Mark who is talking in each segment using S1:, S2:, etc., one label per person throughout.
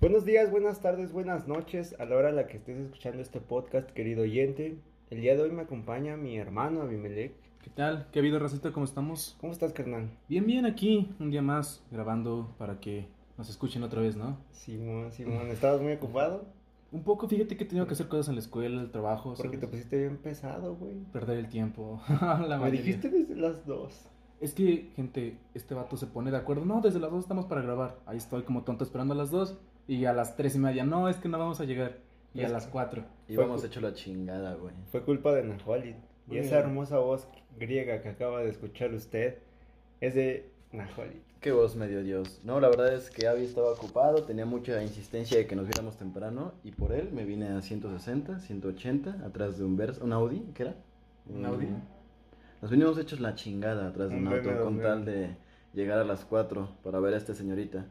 S1: Buenos días, buenas tardes, buenas noches a la hora a la que estés escuchando este podcast, querido oyente. El día de hoy me acompaña mi hermano Abimelech.
S2: ¿Qué tal? ¿Qué ha habido, Racita? ¿Cómo estamos?
S1: ¿Cómo estás, carnal?
S2: Bien, bien, aquí, un día más, grabando para que nos escuchen otra vez, ¿no?
S1: Simón, Simón, ¿estabas muy ocupado?
S2: Un poco, fíjate que he tenido que hacer cosas en la escuela, el trabajo,
S1: Porque te
S2: ¿sabes?
S1: pusiste bien pesado, güey.
S2: Perder el tiempo. La
S1: Me
S2: mayoría.
S1: dijiste desde las dos.
S2: Es que, gente, este vato se pone de acuerdo. No, desde las dos estamos para grabar. Ahí estoy como tonto esperando a las dos. Y a las tres y media, no, es que no vamos a llegar. Y a
S1: Es-
S2: las cuatro.
S3: Íbamos hecho la chingada, güey.
S1: Fue culpa de Nahuali. Y
S2: Güey.
S1: esa hermosa voz griega que acaba de escuchar usted es de Nahuali.
S3: Qué voz medio Dios. No, la verdad es que Abby estaba ocupado, tenía mucha insistencia de que nos viéramos temprano y por él me vine a 160, 180, atrás de un Versa, un Audi, ¿qué era?
S2: ¿Un Audi?
S3: Nos vinimos hechos la chingada atrás de
S1: Un
S3: un auto
S1: BMW.
S3: con tal de llegar a las 4 para ver a esta señorita.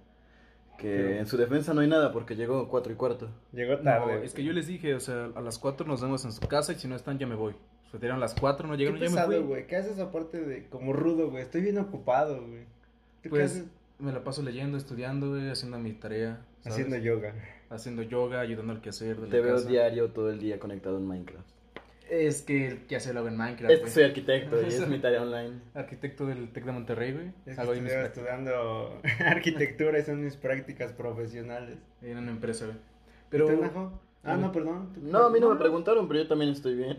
S3: Que
S1: Pero-
S3: en su defensa no hay nada porque llegó 4 y cuarto.
S1: Llegó
S2: No,
S1: tarde.
S2: es que yo les dije, o sea, a las cuatro nos vemos en su casa y si no están, ya me voy. Se dieron las cuatro, no
S1: Qué
S2: llegaron, ya me fui.
S1: pesado, güey. ¿Qué haces aparte de como rudo, güey? Estoy bien ocupado, güey. ¿Tú qué
S2: Pues,
S1: haces?
S2: Me la paso leyendo, estudiando, güey, haciendo mi tarea. ¿sabes?
S1: Haciendo yoga.
S2: Haciendo yoga, ayudando al quehacer de
S3: Te
S2: la
S3: veo
S2: casa.
S3: diario todo el día conectado en Minecraft.
S2: Es que el quehacer lo hago en Minecraft,
S3: Este Es que
S2: güey.
S3: soy arquitecto y
S2: Eso.
S3: es mi tarea online.
S2: Arquitecto del Tec de Monterrey, güey.
S1: Es que
S2: Hago ahí mis
S1: estudiaba
S2: prácticas
S1: estudiando arquitectura y son mis prácticas profesionales.
S2: en una empresa, güey.
S1: Pero...
S2: Pero,
S1: Ah, no, perdón. ¿Tú-
S3: No, a mí no me preguntaron, pero yo también estoy bien.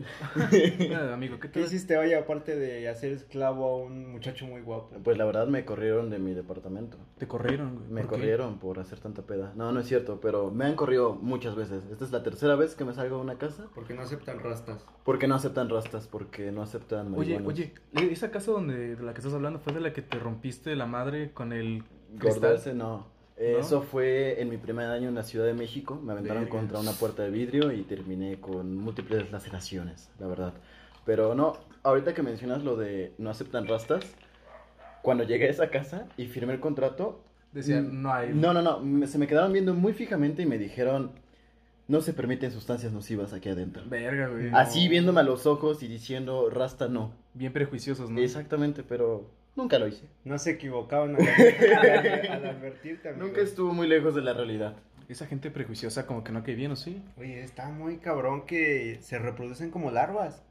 S2: eh, amigo, ¿qué
S1: ¿Qué
S2: te
S1: hiciste hoy aparte de hacer esclavo a un muchacho muy guapo?
S3: Pues la verdad me corrieron de mi departamento.
S2: Te corrieron, güey.
S3: Me
S2: ¿Por qué?
S3: corrieron por hacer tanta peda. No, no es cierto, pero me han corrido muchas veces. Esta es la tercera vez que me salgo de una casa
S1: Porque no aceptan rastas.
S3: porque no aceptan rastas, porque no aceptan
S2: Oye,
S3: marihuanos.
S2: oye, esa casa donde de la que estás hablando fue de la que te rompiste la madre con el
S3: Gordo
S2: cristal.
S3: ese, no. Eh,
S2: ¿No?
S3: Eso fue en mi primer año en la Ciudad de México. Me aventaron
S2: Verga.
S3: contra una puerta de vidrio y terminé con múltiples laceraciones, la verdad. Pero no, ahorita que mencionas lo de no aceptan rastas, cuando llegué a esa casa y firmé el contrato,
S2: Decía,
S3: Mm,
S2: no hay.
S3: No, no, no. me- se me quedaron viendo muy fijamente y me dijeron: No se permiten sustancias nocivas aquí adentro.
S2: Verga, güey.
S3: Así viéndome a los ojos y diciendo: Rasta no.
S2: Bien prejuiciosos,
S3: Mm.
S2: ¿no?
S3: Exactamente, pero nunca lo hice.
S1: No se equivocaban al, al- al advertirte, amigo.
S3: Nunca estuvo muy lejos de la realidad.
S2: Esa gente prejuiciosa como que no que bien, ¿o sí?
S1: Oye, está muy cabrón que se reproducen como larvas.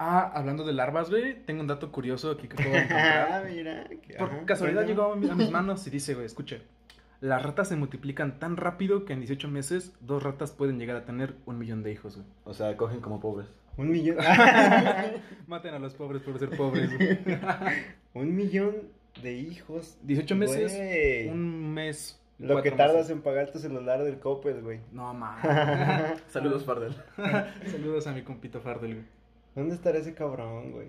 S2: Ah, hablando de larvas, güey, tengo un dato curioso aquí que acabo de encontrar.
S1: Ah, mira. que-
S2: Por
S1: ajá,
S2: casualidad
S1: cuéntame.
S2: llegó a mi- a mis manos y dice, güey, escucha. Las ratas se multiplican tan rápido que en 18 meses dos ratas pueden llegar a tener un millón de hijos, güey.
S3: O sea, cogen como pobres.
S1: Un millón.
S2: Maten a los pobres por ser pobres. güey.
S1: un millón de hijos.
S2: 18 meses,
S1: Güey.
S2: un mes. y
S1: Lo que
S2: cuatro
S1: tardas
S2: meses.
S1: en pagar tu celular del Coppel, güey.
S2: No, mames.
S1: Ah.
S3: Saludos, Fardel.
S2: Saludos a mi compito Fardel, güey.
S1: ¿Dónde estará ese cabrón, güey?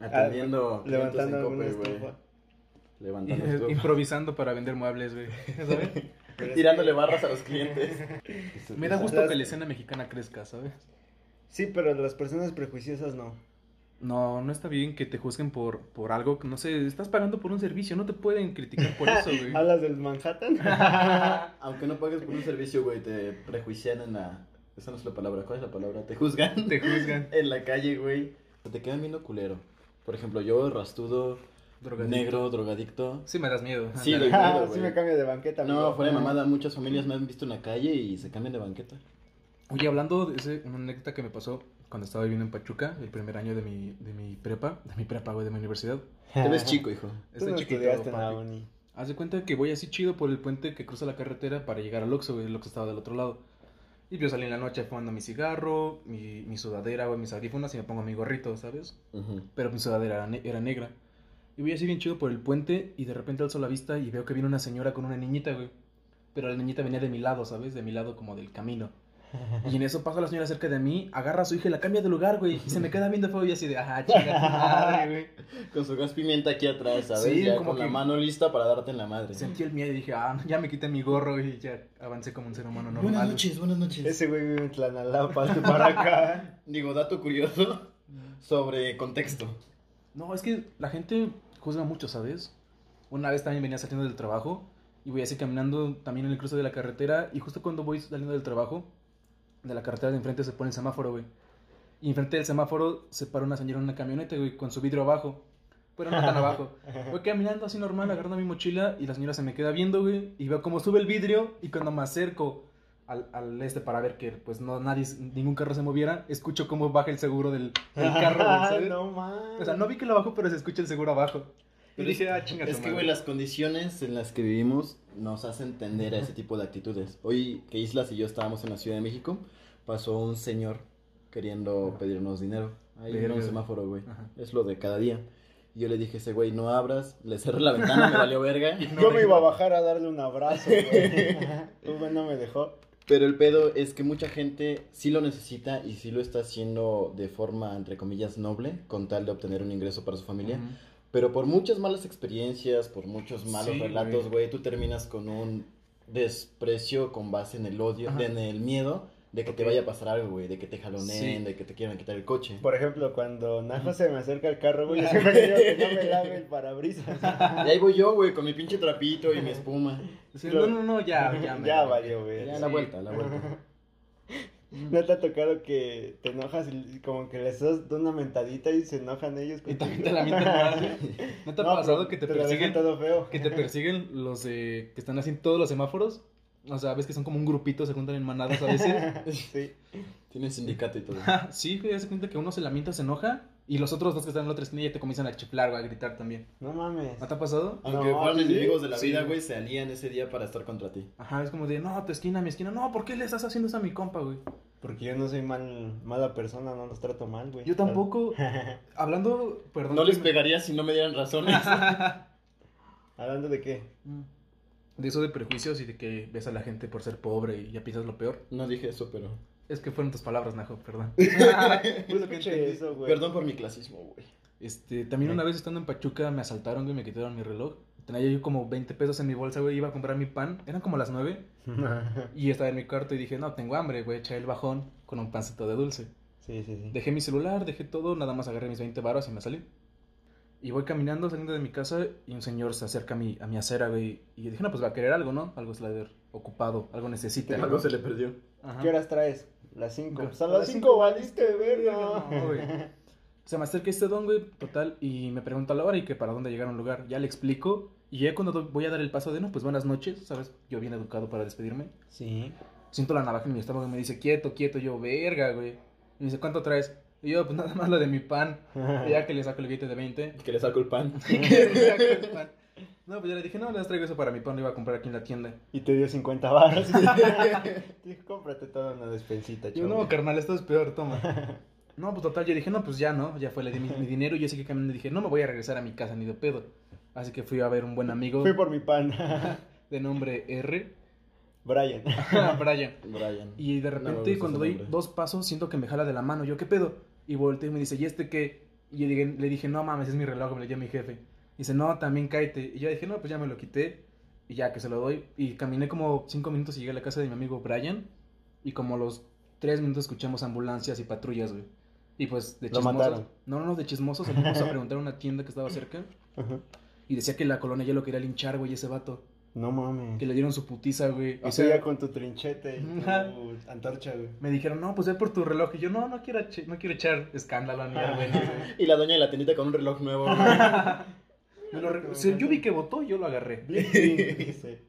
S3: Atendiendo.
S1: Ah, Levantando alguna
S3: clientes en Coppel,
S1: estufa.
S3: güey. Levantando
S2: Y-
S3: estufa.
S2: Improvisando para vender muebles, güey. ¿Sabes?
S1: Pero es
S3: Tirándole
S1: que-
S3: barras a los clientes.
S2: Me da gusto
S1: Las-
S2: que la escena mexicana crezca, ¿sabes?
S1: Sí, pero las personas prejuiciosas no.
S2: No, no está bien que te juzguen por, por algo que no sé, estás pagando por un servicio, no te pueden criticar por eso, güey.
S1: ¿Hablas del Manhattan? Ah,
S3: Aunque no pagues por un servicio, güey, te prejuician en la. Esa no es la palabra, ¿cuál es la palabra? Te juzgan.
S2: Te juzgan.
S3: en la calle, güey. Te quedan viendo culero. Por ejemplo, yo, rastudo,
S2: Drogadicto.
S3: negro, drogadicto.
S2: Sí me das miedo.
S3: Sí,
S2: ándale.
S3: doy miedo,
S1: Ah, sí
S3: güey.
S1: me cambio de banqueta.
S3: No,
S1: amigo.
S3: fuera de mamada, muchas familias me han visto en la calle y se cambian de banqueta.
S2: Oye, hablando de ese, una anécdota que me pasó cuando estaba viviendo en Pachuca, el primer año de mi, de mi prepa, de mi prepa, güey, de mi universidad.
S3: Te ves chico, hijo.
S1: Tú no
S2: chiquito,
S1: estudiaste en la
S2: papi.
S1: uni.
S2: Haz de cuenta que voy así chido por el puente que cruza la carretera para llegar al Oxxo, güey, el Oxxo estaba del otro lado. Y yo salí en la noche fumando mi cigarro, mi, mi sudadera, güey, mis audífonos y me pongo mi gorrito, ¿sabes?
S3: Ujú.
S2: pero mi sudadera era, ne- era negra. Y voy así bien chido por el puente y de repente alzo la vista y veo que viene una señora con una niñita, güey. Pero la niñita venía de mi lado, ¿sabes? De mi lado como del camino. Y en eso pasa la señora cerca de mí, agarra a su hija y la cambia de lugar, güey. Y se me queda viendo feo y así de, ajá, chinga tu madre, güey.
S3: Con su gas pimienta aquí atrás, ¿sabes?
S2: Sí,
S3: ya
S2: como
S3: con
S2: que-
S3: la mano lista para darte en la madre.
S2: Sentí el miedo y dije, ah, ya me quité mi gorro y ya avancé como un ser humano normal. güey.
S3: buenas noches.
S1: Ese güey vive en Tlanalapa, de para acá.
S3: Digo, dato curioso sobre contexto.
S2: No, es que la gente juzga mucho, ¿sabes? Una vez también venía saliendo del trabajo y voy así caminando también en el cruce de la carretera y justo cuando voy saliendo del trabajo, de la carretera de enfrente se pone el semáforo, güey. Y enfrente del semáforo se para una señora en una camioneta, güey, con su vidrio abajo. pero no tan abajo. Voy caminando así normal, agarrando mi mochila y la señora se me queda viendo, güey, y veo cómo sube el vidrio y cuando me acerco al, al este para ver que pues no nadie, ningún carro se moviera, escucho cómo baja el seguro del, del carro, güey, ¿sabes?
S1: no mames.
S2: O sea, no vi que lo bajó, pero se escucha el seguro abajo. Y
S3: Pero
S2: dije, ah, chinga
S3: Es
S2: tu
S3: que,
S2: madre.
S3: güey, las condiciones en las que vivimos nos hacen entender a ese tipo de actitudes. Hoy que Islas y yo estábamos en la Ciudad de México, pasó un señor queriendo pedirnos dinero. Ahí en
S2: Verga.
S3: un semáforo, güey.
S2: Ajá.
S3: Es lo de cada día. Y yo le dije, ese güey, no abras, le cerré la ventana, me valió verga.
S1: Yo me iba a bajar a darle un abrazo, güey. Tú, güey, no me dejó.
S3: Pero el pedo es que mucha gente sí lo necesita y sí lo está haciendo de forma, entre comillas, noble, con tal de obtener un ingreso para su familia.
S2: Ujú.
S3: Pero por muchas malas experiencias, por muchos malos
S2: Sí,
S3: relatos,
S2: güey.
S3: güey, tú terminas con un desprecio con base en el odio,
S2: Ajá.
S3: en el miedo de que te
S1: Ok.
S3: vaya a pasar algo, güey, de que te jaloneen,
S2: Sí.
S3: de que te quieran quitar el coche.
S1: Por ejemplo, cuando Najo se me acerca al carro, güey, yo siempre le digo que no me lave el
S2: Ah,
S1: parabrisas.
S3: Y ahí voy yo, güey, con mi pinche trapito y mi espuma.
S2: Sí,
S1: Lo-
S2: no, no, no, ya, ya. me-
S1: Ya valió, güey.
S3: Ya, la
S2: Sí.
S3: vuelta, la vuelta.
S1: ¿No te ha tocado que te enojas y como que les das una mentadita y se enojan ellos?
S2: Y
S1: contigo?
S2: también te la mientan más, güey. ¿No te ha
S1: No, pero
S2: pasado que te
S1: la dejan
S2: persiguen?
S1: todo feo.
S2: Que te persiguen los de- que están así en todos los semáforos. O sea, ves que son como un grupito, se juntan en manadas a veces.
S1: Sí.
S3: Tiene sindicato y todo.
S2: sí, güey, hace cuenta que uno se lamenta, se enoja. Y los otros dos que están en la otra esquina ya te comienzan a chiflar o a gritar también.
S1: No mames.
S2: ¿No te ha pasado?
S3: Aunque
S1: No,
S3: fueran
S1: ¿sí?
S3: enemigos de la
S2: Sí.
S3: vida, güey, se alían ese día para estar contra ti.
S2: Ajá, es como de, no, tu esquina, mi esquina. No, ¿por qué le estás haciendo eso a mi compa, güey?
S1: Porque yo no soy mal, mala persona, no los trato mal, güey.
S2: Yo tampoco. Hablando, perdón.
S3: No
S2: que
S3: les
S2: me-
S3: pegaría si no me dieran razones.
S1: ¿Hablando de qué?
S2: Mm. De eso de prejuicios y de que ves a la gente por ser pobre y ya piensas lo peor.
S3: No dije eso, pero...
S2: Es que fueron tus palabras, Najo, perdón.
S1: Pues escuché eso, güey.
S3: Perdón por mi clasismo, güey.
S2: Este, también una vez estando en Pachuca me asaltaron, güey, me quitaron mi reloj. Tenía yo como 20 pesos en mi bolsa, güey, iba a comprar mi pan. Eran como las 9 y estaba en mi cuarto y dije, no, tengo hambre, güey, eché el bajón con un pancito de dulce.
S1: sí, sí, sí.
S2: Dejé mi celular, dejé todo, nada más agarré mis 20 varos y me salí. Y voy caminando, saliendo de mi casa y un señor se acerca a mi, a mi acera, güey. Y yo dije, no, pues va a querer algo, ¿no? Algo es la de haber ocupado, algo necesita.
S3: Algo se le perdió.
S2: Ajá.
S1: ¿Qué horas traes? Las 5.
S2: Yo-
S1: Pues a
S2: a
S1: las
S2: las
S1: 5 valiste, verga.
S2: No, güey. Se me acerca este don, güey, total, y me pregunta la hora y que para dónde llegar a un lugar. Ya le explico. Y ya cuando do- voy a dar el paso de, no, pues buenas noches, ¿sabes? Yo bien educado para despedirme.
S1: Sí.
S2: Siento la navaja en mi estómago y me dice, quieto, quieto. Yo, verga, güey. Y me dice, ¿cuánto traes? Y yo, pues nada más lo de mi pan. Y ya que le saco el billete de 20.
S3: Que le saco el pan.
S2: y que le saco el pan. No, pues yo le dije, no, les traigo eso para mi pan, lo iba a comprar aquí en la tienda.
S1: Y te dio 50 baros. Dijo, cómprate toda una despensita,
S2: Yo,
S1: chaval.
S2: no, carnal, esto es peor, toma. No, pues total, yo dije, no, pues ya no, ya fue, le di mi, mi dinero y yo seguí caminando y dije, no me voy a regresar a mi casa ni de pedo. Así que fui a ver un buen amigo
S1: Fui por mi pan.
S2: de nombre R,
S1: Brian.
S2: Brian.
S3: Brian.
S2: Y de
S3: No me
S2: repente
S3: gusta
S2: cuando doy
S3: ese nombre.
S2: dos pasos siento que me jala de la mano, yo, ¿qué pedo? Y volteé y me dice, ¿y este qué? Y yo dije- le dije, no mames, es mi reloj, me lo dio mi jefe. dice, no, también cáete. Y yo dije, no, pues ya me lo quité y ya que se lo doy. Y caminé como cinco minutos y llegué a la casa de mi amigo Brian y como a los tres minutos escuchamos ambulancias y patrullas, güey. Y pues de
S1: Lo
S2: chismosos.
S1: mataron.
S2: No, no, no, de chismosos. Salimos a preguntar a una tienda que estaba cerca
S1: Ajá.
S2: y decía que la colonia ya lo quería linchar, güey, ese vato.
S1: No mames.
S2: Que le dieron su putiza, güey.
S1: O
S2: O
S1: sea,
S2: sea,
S1: ya con tu trinchete y
S2: Ajá.
S1: tu antorcha, güey.
S2: me dijeron, no, pues ve por tu reloj. Y yo, no, no quiero, eche- no quiero echar escándalo ni algo, güey. no sé".
S3: Y la doña de la tiendita con un reloj nuevo. güey.
S2: Me lo re- o sea, yo vi que votó y yo lo agarré.
S1: Dice.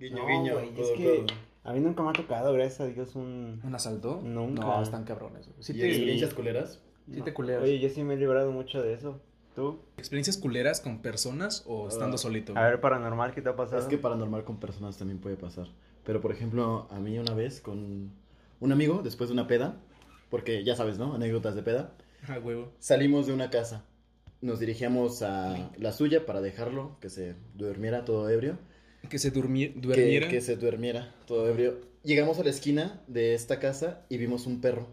S3: guiño,
S1: No,
S3: guiño.
S1: güey, es
S3: todo,
S1: que-
S3: todo.
S1: A mí nunca me ha tocado, gracias a Dios, un...
S2: ¿Un asalto?
S1: Nunca.
S2: No, están cabrones. güey. Sí
S3: ¿Y
S2: te-
S3: experiencias culeras?
S2: Sí
S1: No.
S2: te culeas.
S1: Oye, yo sí me he librado mucho de eso. ¿Tú?
S2: ¿Experiencias culeras con personas o estando
S3: Ah,
S2: solito?
S1: A ver, paranormal, ¿qué te ha pasado?
S3: Es que paranormal con personas también puede pasar. Pero, por ejemplo, a mí una vez con un amigo, después de una peda, porque ya sabes, ¿no? Anécdotas de peda.
S2: A Ah, huevo.
S3: Salimos de una casa. Nos dirigíamos a la suya para dejarlo, que se durmiera todo ebrio.
S2: Que se durmi-
S3: Que-
S2: durmiera.
S3: que se durmiera todo ebrio. Llegamos a la esquina de esta casa y vimos un perro.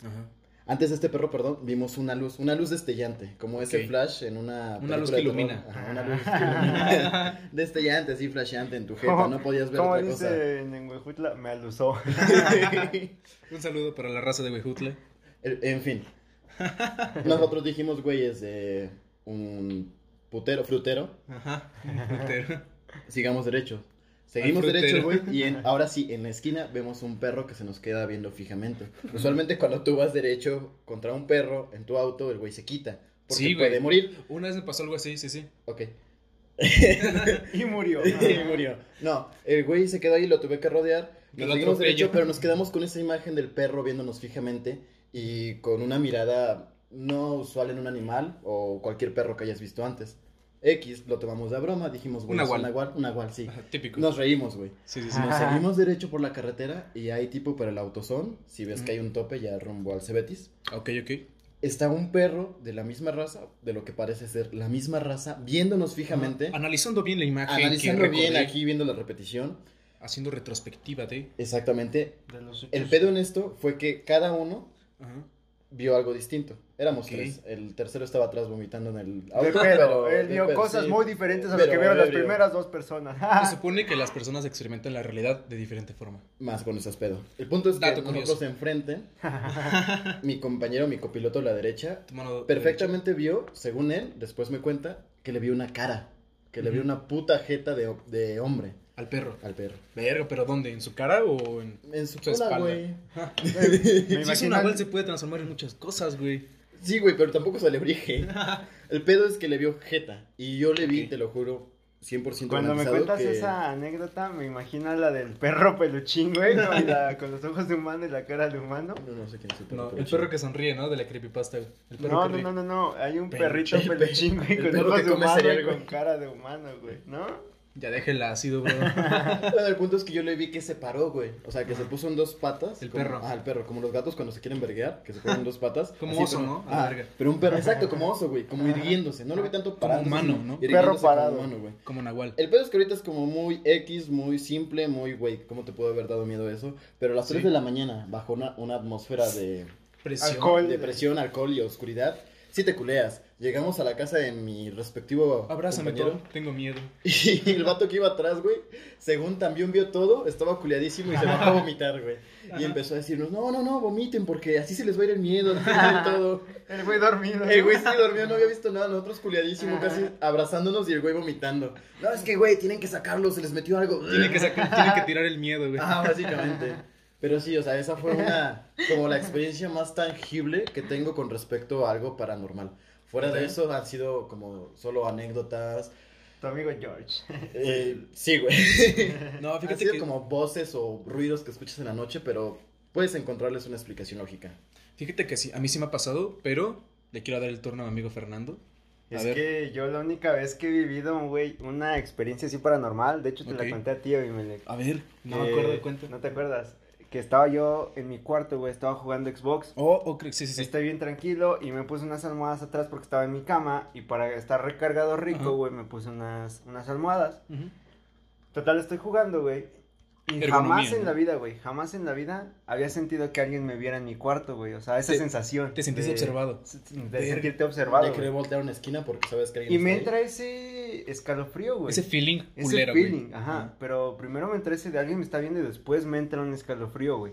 S2: Ajá.
S3: Antes de este perro, perdón, vimos una luz, una luz destellante, como ese
S2: Ok.
S3: flash en una.
S2: Una luz
S3: película de
S2: que
S3: terror.
S2: ilumina.
S3: Ajá, una luz que ilumina. destellante, así flasheante en tu jeta, no podías ver
S1: ¿Cómo
S3: otra
S1: dice en Enguejutla? Me alusó.
S3: cosa.
S2: Un saludo para la raza de Huejutla.
S3: El- en fin, nosotros dijimos, güeyes, de un putero, frutero,
S2: Ajá. Frutero.
S3: sigamos derecho. Seguimos
S2: Al
S3: derecho,
S2: frutero.
S3: güey, y en- ahora sí, en la esquina vemos un perro que se nos queda viendo fijamente. Usualmente cuando tú vas derecho contra un perro en tu auto, el güey se quita. Porque
S2: Sí, güey.
S3: puede morir.
S2: Una vez me pasó algo así, sí, sí.
S3: Ok.
S1: Y murió.
S3: y murió. No, el güey se quedó ahí, lo tuve que rodear.
S2: Yo
S3: Nos
S2: lo
S3: seguimos
S2: atropello.
S3: derecho, pero nos quedamos con esa imagen del perro viéndonos fijamente y con una mirada no usual en un animal o cualquier perro que hayas visto antes. X, lo tomamos de broma, dijimos, güey,
S2: Un
S3: es un
S2: nahual.
S3: nahual, un nahual, sí.
S2: Ajá, típico.
S3: Nos reímos, güey.
S2: Sí, sí, sí.
S3: Nos
S1: Ajá.
S3: seguimos derecho por la carretera y hay tipo para el autosón, si ves que hay un tope ya rumbo al Cebetis,
S2: Ok, ok.
S3: está un perro de la misma raza, de lo que parece ser la misma raza, viéndonos fijamente,
S2: Analizando bien la imagen. Ah, que
S3: analizando bien
S2: recordé,
S3: aquí, viendo la repetición.
S2: Haciendo retrospectiva de.
S3: Exactamente.
S1: De los
S3: El
S1: hechos.
S3: pedo en esto fue que cada uno
S2: Ajá.
S3: vio algo distinto. Éramos
S2: Ok.
S3: tres. El tercero estaba atrás vomitando en el
S1: De
S3: auto,
S1: pedo.
S3: Ah, pero-
S1: Él
S3: de
S1: vio
S3: pedo,
S1: cosas
S3: sí.
S1: muy diferentes a lo
S3: Pero
S1: que vieron las
S3: ebrio.
S1: primeras dos personas.
S2: Se supone que las personas experimentan la realidad de diferente forma.
S3: Más cuando estás pedo. El punto es que
S2: Dato curioso.
S3: nosotros enfrente, mi compañero, mi copiloto a la derecha,
S2: Tu mano
S3: perfectamente vio, según él, después me cuenta, que le vio una cara. Que le vio
S2: Ujú.
S3: una puta jeta de, de hombre
S2: derecha Al perro.
S3: al perro.
S2: Verga, pero ¿dónde? ¿En su cara o en.?
S3: En su,
S2: Su
S3: cola,
S2: espalda.
S3: güey.
S1: Me
S2: Si es
S1: imagino-
S2: una se puede transformar en muchas cosas, güey.
S3: Sí, güey, pero tampoco se le brije. El pedo es que le vio jeta. Y yo le vi,
S2: Ok.
S3: te lo juro, 100%
S1: Cuando me
S3: garantizado
S1: cuentas
S3: que-
S1: esa anécdota, me imagino la del perro peluchín, güey, ¿no? Y la- con los ojos de humano y la cara de humano.
S3: No, no sé quién es el perro.
S2: No, el
S3: peluchín.
S2: perro que sonríe, ¿no? De la creepypasta, güey. El perro
S1: No,
S2: que
S1: no,
S2: ríe.
S1: no, no, no, hay un
S2: Peluche,
S1: perrito
S3: el pe-
S1: peluchín, güey,
S3: el
S1: con
S3: perro
S1: ojos
S3: que
S1: de
S3: come
S1: humano
S3: cereal,
S1: y
S3: güey.
S1: con cara de humano, güey, ¿no?
S2: Ya déjela ácido, bro.
S3: Bueno, el punto es que yo le vi que se paró, güey. O sea, que se puso en dos patas.
S2: El
S3: como-
S2: perro.
S3: Ah, el perro. Como los gatos cuando se quieren verguear, que se ponen en dos patas.
S2: Como
S3: Así,
S2: oso,
S3: pero-
S2: ¿no? A la
S3: Ah,
S2: verga.
S3: pero un perro, exacto, como oso, güey. Como irguiéndose. No lo vi tanto parado.
S2: humano, ¿no?
S1: Perro parado.
S3: güey.
S2: Como Nahual.
S3: El pedo es que ahorita es como muy X, muy simple, muy, güey, ¿cómo te puede haber dado miedo eso? Pero a las 3
S2: Sí.
S3: de la mañana, bajo una, una atmósfera de,
S2: Presión.
S1: Alcohol.
S3: depresión, alcohol y oscuridad, sí te culeas. Llegamos a la casa de mi respectivo
S2: Abrázame,
S3: compañero.
S2: todo. Tengo miedo.
S3: Y el vato que iba atrás, güey, según también vio todo, estaba culeadísimo y se bajó a vomitar, güey. Y empezó a decirnos, no, no, no, vomiten porque así se les va a ir el miedo, así se les va a ir todo.
S1: El güey dormido.
S3: El
S1: ¿no?
S3: güey sí dormió, no había visto nada, nosotros culiadísimo,
S1: Ah.
S3: casi abrazándonos y el güey vomitando. No, es que, güey, tienen que sacarlo, se les metió algo.
S2: Tiene que, sacar, tiene que tirar el miedo, güey.
S3: Ah, básicamente. Pero sí, o sea, esa fue una, como la experiencia más tangible que tengo con respecto a algo paranormal. Fuera de
S2: Ok.
S3: eso han sido como solo anécdotas.
S1: Tu amigo George.
S3: Eh, sí, güey.
S2: No,
S3: Han
S2: fíjate
S3: sido
S2: que,
S3: como voces o ruidos que escuchas en la noche, pero puedes encontrarles una explicación lógica.
S2: fíjate que sí, a mí sí me ha pasado, pero le quiero dar el turno a mi amigo Fernando. A
S1: Es
S2: ver.
S1: que yo la única vez que he vivido, güey, una experiencia así paranormal, de hecho te
S2: Ok.
S1: la conté a ti, Abimelec.
S2: A ver, no
S1: Eh,
S2: me acuerdo de cuenta.
S1: ¿No te acuerdas? Que estaba yo en mi cuarto, güey, estaba jugando Xbox.
S2: Oh, oh, creo- sí, sí, sí.
S1: Estoy bien tranquilo y me puse unas almohadas atrás porque estaba en mi cama y para estar recargado
S2: Ajá.
S1: rico, güey, me puse unas, unas almohadas.
S2: Ujú.
S1: Total, estoy jugando, güey. Y
S2: Ergonomía,
S1: jamás en
S2: ¿no?
S1: la vida, güey, jamás en la vida había sentido que alguien me viera en mi cuarto, güey. O sea, esa
S2: Te-
S1: sensación.
S2: te sentiste
S1: de-
S2: observado.
S1: De
S2: Verga.
S1: sentirte
S3: ya
S1: observado.
S3: quería
S1: güey.
S3: voltear una esquina porque sabes que alguien
S1: Y me
S3: está
S1: entra
S3: ahí.
S1: ese escalofrío, güey.
S2: ¿eh? Ese feeling
S1: Ese
S2: culero, güey.
S1: feeling, ajá.
S2: Ajá.
S1: Pero primero me entra ese de alguien me está viendo y después me entra un escalofrío, güey.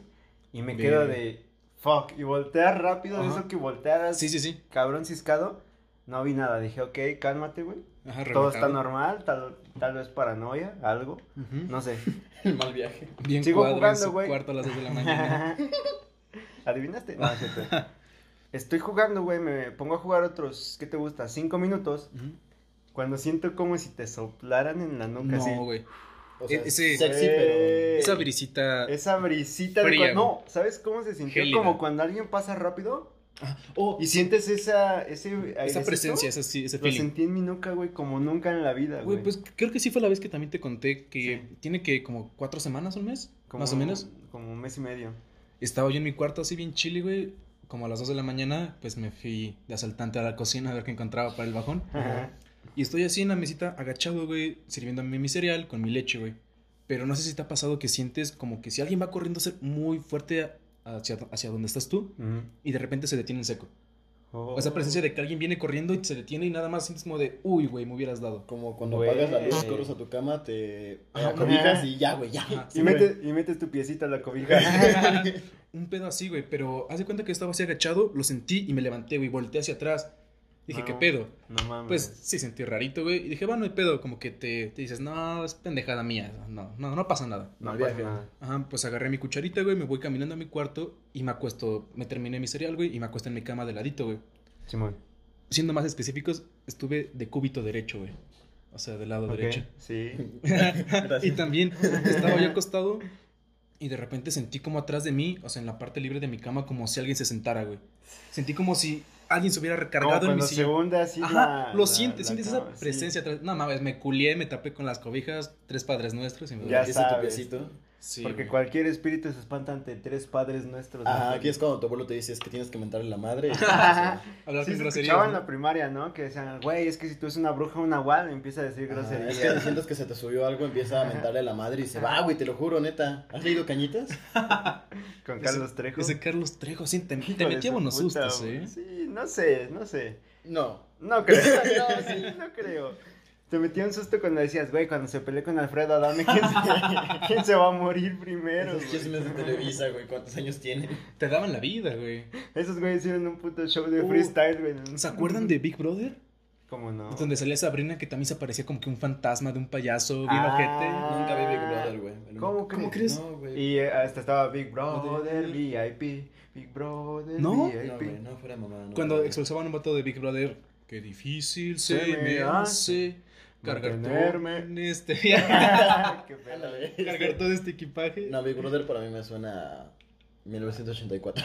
S1: Y me
S2: Verga.
S1: quedo de fuck. Y voltear rápido, de
S2: Ajá.
S1: eso que voltearas
S2: Sí, sí, sí.
S1: cabrón ciscado, no vi nada. Dije, ok, cálmate, güey.
S2: Ajá,
S1: Todo está
S2: relajado.
S1: normal, tal, tal vez paranoia, algo.
S2: Ujú.
S1: No sé.
S3: El mal viaje.
S2: Bien
S1: Sigo
S2: cuadro
S1: jugando,
S2: en su
S1: güey.
S2: cuarto a las 2 de la mañana.
S1: ¿Adivinaste? No, es cierto. Estoy jugando, güey. Me pongo a jugar otros, ¿qué te gusta? Cinco minutos.
S2: Ujú.
S1: Cuando siento como si te soplaran en la nuca. así.
S2: No, güey.
S3: O sea,
S2: E- ese-
S3: sexy,
S1: Eh.
S3: pero...
S2: Esa brisita.
S1: Esa brisita
S2: Fría,
S1: de... cuando- No, ¿sabes cómo se sintió?
S2: Gélida.
S1: Como cuando alguien pasa rápido
S2: Oh,
S1: y sientes esa... Ese airecito.
S2: esa presencia, ese, sí- ese
S1: Lo
S2: feeling.
S1: sentí en mi nuca, güey, como nunca en la vida, güey.
S2: Güey, pues creo que sí fue la vez que también te conté que tiene que como cuatro semanas, un mes,
S1: Como-
S2: más o menos.
S1: Como un mes y medio.
S2: Estaba yo en mi cuarto así bien chile, güey. Como a las 2 de la mañana, pues me fui de asaltante a la cocina a ver qué encontraba para el bajón.
S1: Ajá.
S2: Y estoy así en la mesita agachado, güey, sirviéndome mi cereal con mi leche, güey. Pero no sé si te ha pasado que sientes como que si alguien va corriendo ser muy fuerte hacia, hacia donde estás tú y de repente se detiene en seco. O esa presencia de que alguien viene corriendo y se detiene y nada más sientes como de, uy, güey, me hubieras dado.
S3: Como cuando
S1: Güey.
S3: apagas la luz, corres a tu cama, te
S2: Ajá.
S3: acobijas y ya, güey, ya.
S2: Ajá.
S1: Y, metes, y metes tu piecita a la cobija.
S2: Un pedo así, güey, pero haz de cuenta que estaba así agachado, lo sentí y me levanté, güey, volteé hacia atrás. Dije, ¿qué
S1: No.
S2: pedo?
S1: no mames.
S2: Pues sí, sentí rarito, güey. Y dije, bueno, hay pedo, como que te, te dices, no, es pendejada mía, no, no, no pasa nada.
S1: no
S3: mal
S1: pasa
S3: viaje.
S1: nada.
S2: Ajá, pues agarré mi cucharita, güey, me voy caminando a mi cuarto y me acuesto, me terminé mi cereal, güey, y me acuesto en mi cama de ladito, güey.
S1: Simón.
S2: siendo más específicos, estuve de cúbito derecho, güey. O sea, del lado
S1: Ok,
S2: derecho.
S1: Sí.
S2: y también estaba yo acostado y de repente sentí como atrás de mí, o sea, en la parte libre de mi cama, como si alguien se sentara, güey. Sentí como si alguien se hubiera recargado
S1: Como
S2: en mi
S1: cuando se
S2: sillón.
S1: hunde así
S2: Ajá,
S1: la-
S2: lo
S1: la-
S2: sientes,
S1: la
S2: sientes
S1: cama,
S2: esa
S1: sí.
S2: presencia atrás. No mames, me culié, me tapé con las cobijas, tres padres nuestros y me
S1: Ya
S2: dormí.
S3: Ese
S1: sabes.
S3: toquecito.
S2: Sí,
S1: Porque
S2: güey.
S1: cualquier espíritu se espanta ante tres padres nuestros.
S3: Ah,
S1: ¿no?
S3: aquí es cuando tu abuelo te dice es que tienes que mentarle la madre.
S1: Ajá.
S3: Ah,
S2: hablar
S1: Sí,
S2: con
S1: se
S2: groserías.
S1: escuchaba en
S2: ¿no?
S1: la primaria, ¿no? Que decían, güey, es que si tú eres una bruja, una guada, empieza a
S2: Ah,
S1: decir
S3: Grosería.
S1: groserías.
S3: es que sientes que se te subió algo, empieza a mentarle a la madre y se va, güey, te lo juro, neta. ¿Has leído Cañitas?
S1: Con
S2: Ese-
S1: Carlos Trejo.
S2: Ese Carlos Trejo, sí, te,
S1: Hijo
S2: te
S1: de
S2: metía
S1: su
S2: buenos
S1: puta,
S2: sustos,
S1: güey.
S2: ¿eh?
S1: Sí, no sé, no sé.
S3: No.
S1: No creo. No, sí, no creo. Te metía un susto cuando decías, güey, cuando se peleé con Alfredo Adame, ¿quién se, quién se va a morir primero?
S3: Esos
S1: güey?
S3: chismes de Televisa, güey, ¿cuántos años tiene?
S2: Te daban la vida, güey.
S1: Esos güeyes hicieron un puto show de
S2: Uh,
S1: freestyle, güey.
S2: ¿Se acuerdan de Big Brother?
S1: ¿Cómo no?
S2: Donde salía Sabrina que también se parecía como que un fantasma de un payaso bien
S1: Ah.
S2: ojete.
S3: Nunca vi Big Brother, güey.
S1: ¿Cómo
S2: ¿Cómo
S1: crees?
S2: crees?
S3: No, güey.
S1: Y eh, hasta estaba Big Brother,
S3: Brother.
S1: VIP, Big Brother,
S2: ¿No?
S1: VIP.
S3: No, güey, no fuera mamá. No,
S2: Cuando
S3: güey.
S2: expulsaban a un vato de Big Brother. Qué difícil
S1: Se
S2: se,
S1: me
S2: me
S1: hace
S2: hace cargar todo,
S1: mantenerme".
S2: en este,
S1: Qué pedo.
S3: Ándale.
S2: cargar todo este equipaje.
S3: No, Big Brother para mí me suena a 1984.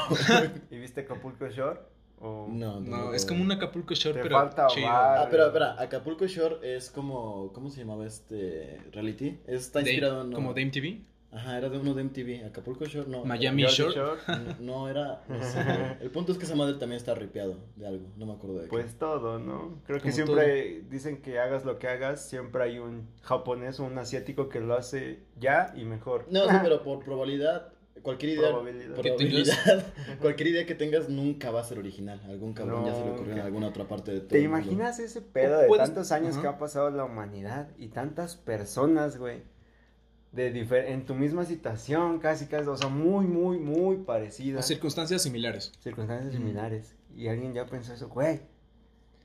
S1: ¿Y viste Acapulco Shore? ¿O...
S3: no,
S2: No, es como un Acapulco Shore,
S1: Te
S2: pero
S1: falta
S2: chido.
S1: bar.
S3: Ah, pero espera, Acapulco Shore es como. ¿Cómo se llamaba este reality? Está
S2: De-
S3: inspirado en.
S2: Como de MTV.
S3: Ajá, era de uno de MTV. Acapulco Shore no.
S2: Miami
S1: Jordi
S2: Shore.
S1: Shore?
S3: No, no, era. no sé, güey. El punto es que esa madre también está ripeado de algo. No me acuerdo de qué.
S1: Pues todo, ¿no? Creo que
S2: Como
S1: siempre dicen que hagas lo que hagas, siempre hay un japonés o un asiático que lo hace ya y mejor.
S3: No, sí, pero por probabilidad. Cualquier idea.
S1: Probabilidad.
S2: Que tengas-
S3: probabilidad, cualquier idea que tengas nunca va a ser original. Algún cabrón ya se le
S1: No,
S3: ocurrió en
S1: que-
S3: alguna otra parte de todo.
S1: ¿Te
S3: el mundo.
S1: imaginas ese pedo de
S2: puedes-
S1: tantos años
S2: Ajá.
S1: que ha pasado la humanidad y tantas personas, güey? De difer- en tu misma situación, casi, casi, o sea, muy, muy, muy
S2: O
S1: parecidas.
S2: circunstancias similares.
S1: circunstancias
S3: Ujú.
S1: similares. Y alguien ya pensó eso, güey.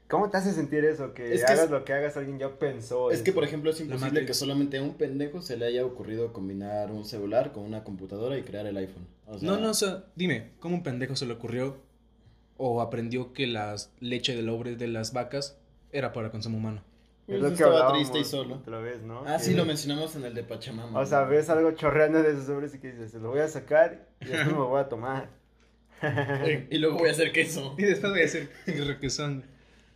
S1: ¿Cómo te hace sentir eso? Que
S3: Es que
S1: hagas
S3: es-
S1: lo que hagas, alguien ya pensó.
S3: Es que,
S1: eso?
S3: por ejemplo, es
S2: La
S3: imposible
S2: Matrix.
S3: que solamente a un pendejo se le haya ocurrido combinar un celular con una computadora y crear el iPhone. O sea,
S2: No, no, o sea, dime, ¿cómo un pendejo se le ocurrió o aprendió que la leche del obre de las vacas era para consumo humano?
S1: es
S3: pues,
S1: lo que
S3: estaba
S1: hablábamos
S3: triste y solo.
S1: Otra vez, ¿no?
S3: Ah, sí,
S1: Que-
S3: lo mencionamos en el de Pachamama.
S1: O sea,
S3: ¿no?
S1: ves algo chorreando de sus sobres y que dices, se lo voy a sacar y después me lo voy a tomar.
S3: Y luego voy a hacer queso.
S2: Y después voy a hacer requesón.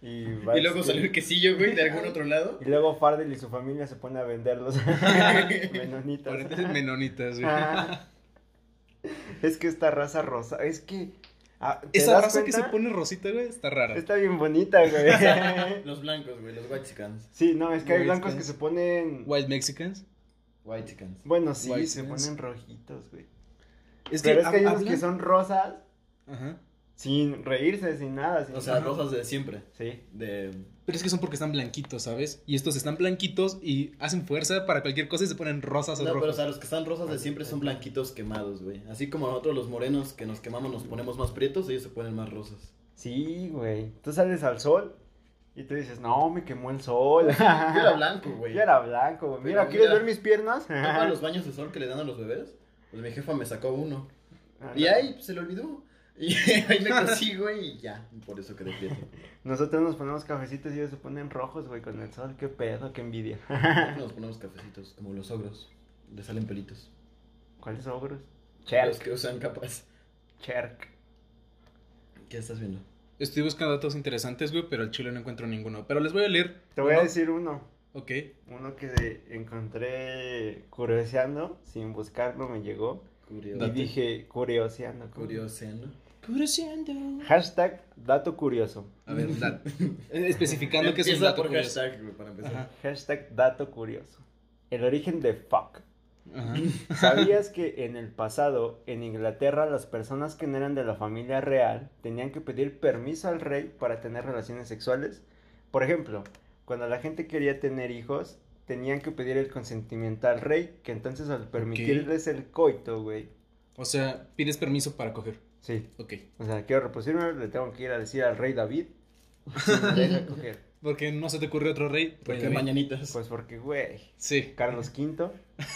S1: Y, vas-
S3: Y luego salió el quesillo, güey, de algún otro lado.
S1: Y luego Fardel y su familia se pone a venderlos. Menonitas.
S2: Paréntesis menonitas, güey.
S1: Ah. es que esta raza rosa, es que... ah, ¿te
S2: Esa
S1: das
S2: raza que
S1: cuenta?
S2: se
S1: Este
S2: pone rosita, güey, está rara.
S1: Está bien bonita, güey.
S3: Los blancos, güey, los white chickens.
S1: sí, no, es que hay
S2: Güey,
S1: blancos
S2: está-
S1: que se ponen...
S2: White Mexicans.
S3: White chickens.
S1: Bueno, sí,
S2: White
S1: se
S2: skins.
S1: ponen rojitos, güey.
S2: Es
S1: Pero es que hay
S2: hab-
S1: unos que
S2: hablan-
S1: son rosas
S2: Ajá.
S1: sin reírse, sin nada. Sin
S3: O sea, rosas de siempre.
S1: Sí.
S3: De...
S2: Pero es que son porque están blanquitos, ¿sabes? Y estos están blanquitos y hacen fuerza para cualquier cosa y se ponen rosas o
S3: No, pero o
S2: rojos.
S3: sea, los que están rosas de siempre son blanquitos quemados, güey. Así como nosotros los morenos que nos quemamos nos ponemos más prietos, ellos se ponen más rosas.
S1: Sí, güey. Tú sales al sol y tú dices, no, me quemó el sol. Yo
S3: Yo era blanco, güey.
S1: Yo era blanco, güey.
S3: Pero
S1: Mira, ¿quieres
S3: mira.
S1: ver mis piernas?
S3: tapa los baños de sol que le dan a los bebés? Pues mi jefa me sacó uno.
S1: Ah,
S3: Y
S1: no.
S3: ahí pues, se lo olvidó. Y ahí me crecí, güey, y ya. Por eso quedé prieto.
S1: Nosotros nos ponemos cafecitos y ellos se ponen rojos, güey, con el sol. Qué pedo, qué envidia.
S3: Nos ponemos cafecitos, como los ogros. Le salen pelitos.
S1: ¿Cuáles ogros?
S3: Los
S1: Cherk.
S3: que usan capas.
S1: Cherk.
S3: ¿Qué estás viendo?
S2: Estoy buscando datos interesantes, güey, pero al chile no encuentro ninguno. Pero les voy a leer.
S1: Te voy a
S2: uno.
S1: decir uno.
S2: Ok.
S1: Uno que encontré curioseando, sin buscarlo me llegó.
S3: Curioso.
S1: Y dije curioseando. ¿cómo?
S3: Curioseando.
S1: Hashtag dato curioso.
S2: A ver, da- Eh, especificando que es un
S3: Empieza
S2: dato
S3: por
S2: curioso.
S3: hashtag, güey, para empezar.
S2: Ajá.
S1: Hashtag dato curioso. El origen de fuck.
S2: Ajá.
S1: ¿Sabías que en el pasado, en Inglaterra, las personas que no eran de la familia real tenían que pedir permiso al rey para tener relaciones sexuales? Por ejemplo, cuando la gente quería tener hijos, tenían que pedir el consentimiento al rey, que entonces al permitirles el coito, güey.
S2: O sea, pides permiso para coger.
S1: Sí,
S2: Ok.
S1: o sea, quiero reproducirme, le tengo que ir a decir al rey David. si me deja coger.
S2: Porque no se te ocurre otro rey.
S3: ¿Por
S2: Rey
S3: qué
S2: David.
S3: mañanitas?
S1: Pues porque, güey,
S2: Sí,
S1: Carlos V.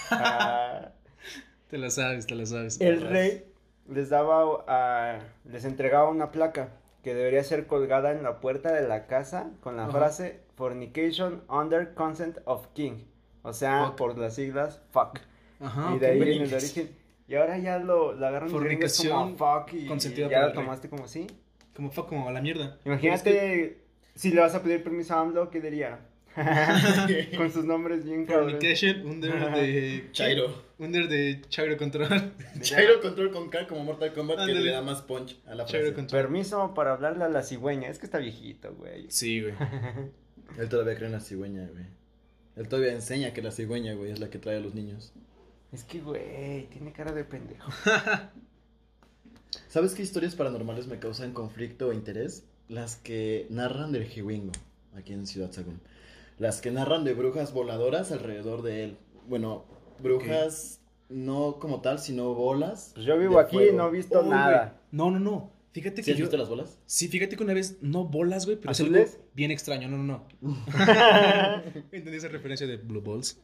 S1: ah,
S2: te la sabes, te la sabes.
S1: El rey les daba, a- les ah, entregaba una placa que debería ser colgada en la puerta de la casa con la
S2: Ajá.
S1: frase Fornication under consent of king. O sea,
S2: Fuck.
S1: por las siglas fuck.
S2: Ajá.
S1: y
S2: ok.
S1: de ahí
S3: ok.
S1: viene el origen. Y ahora ya lo, lo agarran los gringos como
S2: Fornicación
S1: fuck y
S2: consentida
S1: ya
S2: por
S1: lo
S2: el rey.
S1: tomaste como sí.
S2: Como fuck, como a la mierda. Este, Pero
S1: Imagínate si le vas a pedir permiso a AMLO, ¿qué diría? con sus nombres bien
S2: es que
S1: cabrones.
S2: Fornication under de.
S3: Chairo.
S2: Under de Chairo Control.
S3: Chairo Control con K como Mortal Kombat que
S2: Ándale.
S3: le da más punch a la
S2: Chairo
S3: frase.
S2: Control.
S1: Permiso para hablarle a la cigüeña. Es que está viejito, güey.
S2: Sí, güey.
S3: Él todavía cree en la cigüeña, güey. Él todavía enseña que la cigüeña, güey, es la que trae a los niños.
S1: Es que, güey, tiene cara de pendejo.
S3: ¿Sabes qué historias paranormales me causan conflicto o interés? Las que narran del Jiwingo, aquí en Ciudad Sagún. Las que narran de brujas voladoras alrededor de él. Bueno, brujas no como tal, sino bolas.
S1: Pues yo vivo
S3: de
S1: aquí y
S3: fuego.
S1: no he visto
S2: Uy,
S1: nada.
S2: güey. No, no, no. Fíjate
S3: ¿Sí
S2: que
S3: has
S2: yo.
S3: visto las bolas?
S2: Sí, fíjate que una vez no bolas, güey, pero es algo
S1: ¿Azules?
S2: bien extraño. No, no, no. Entendí esa referencia de Blue Balls.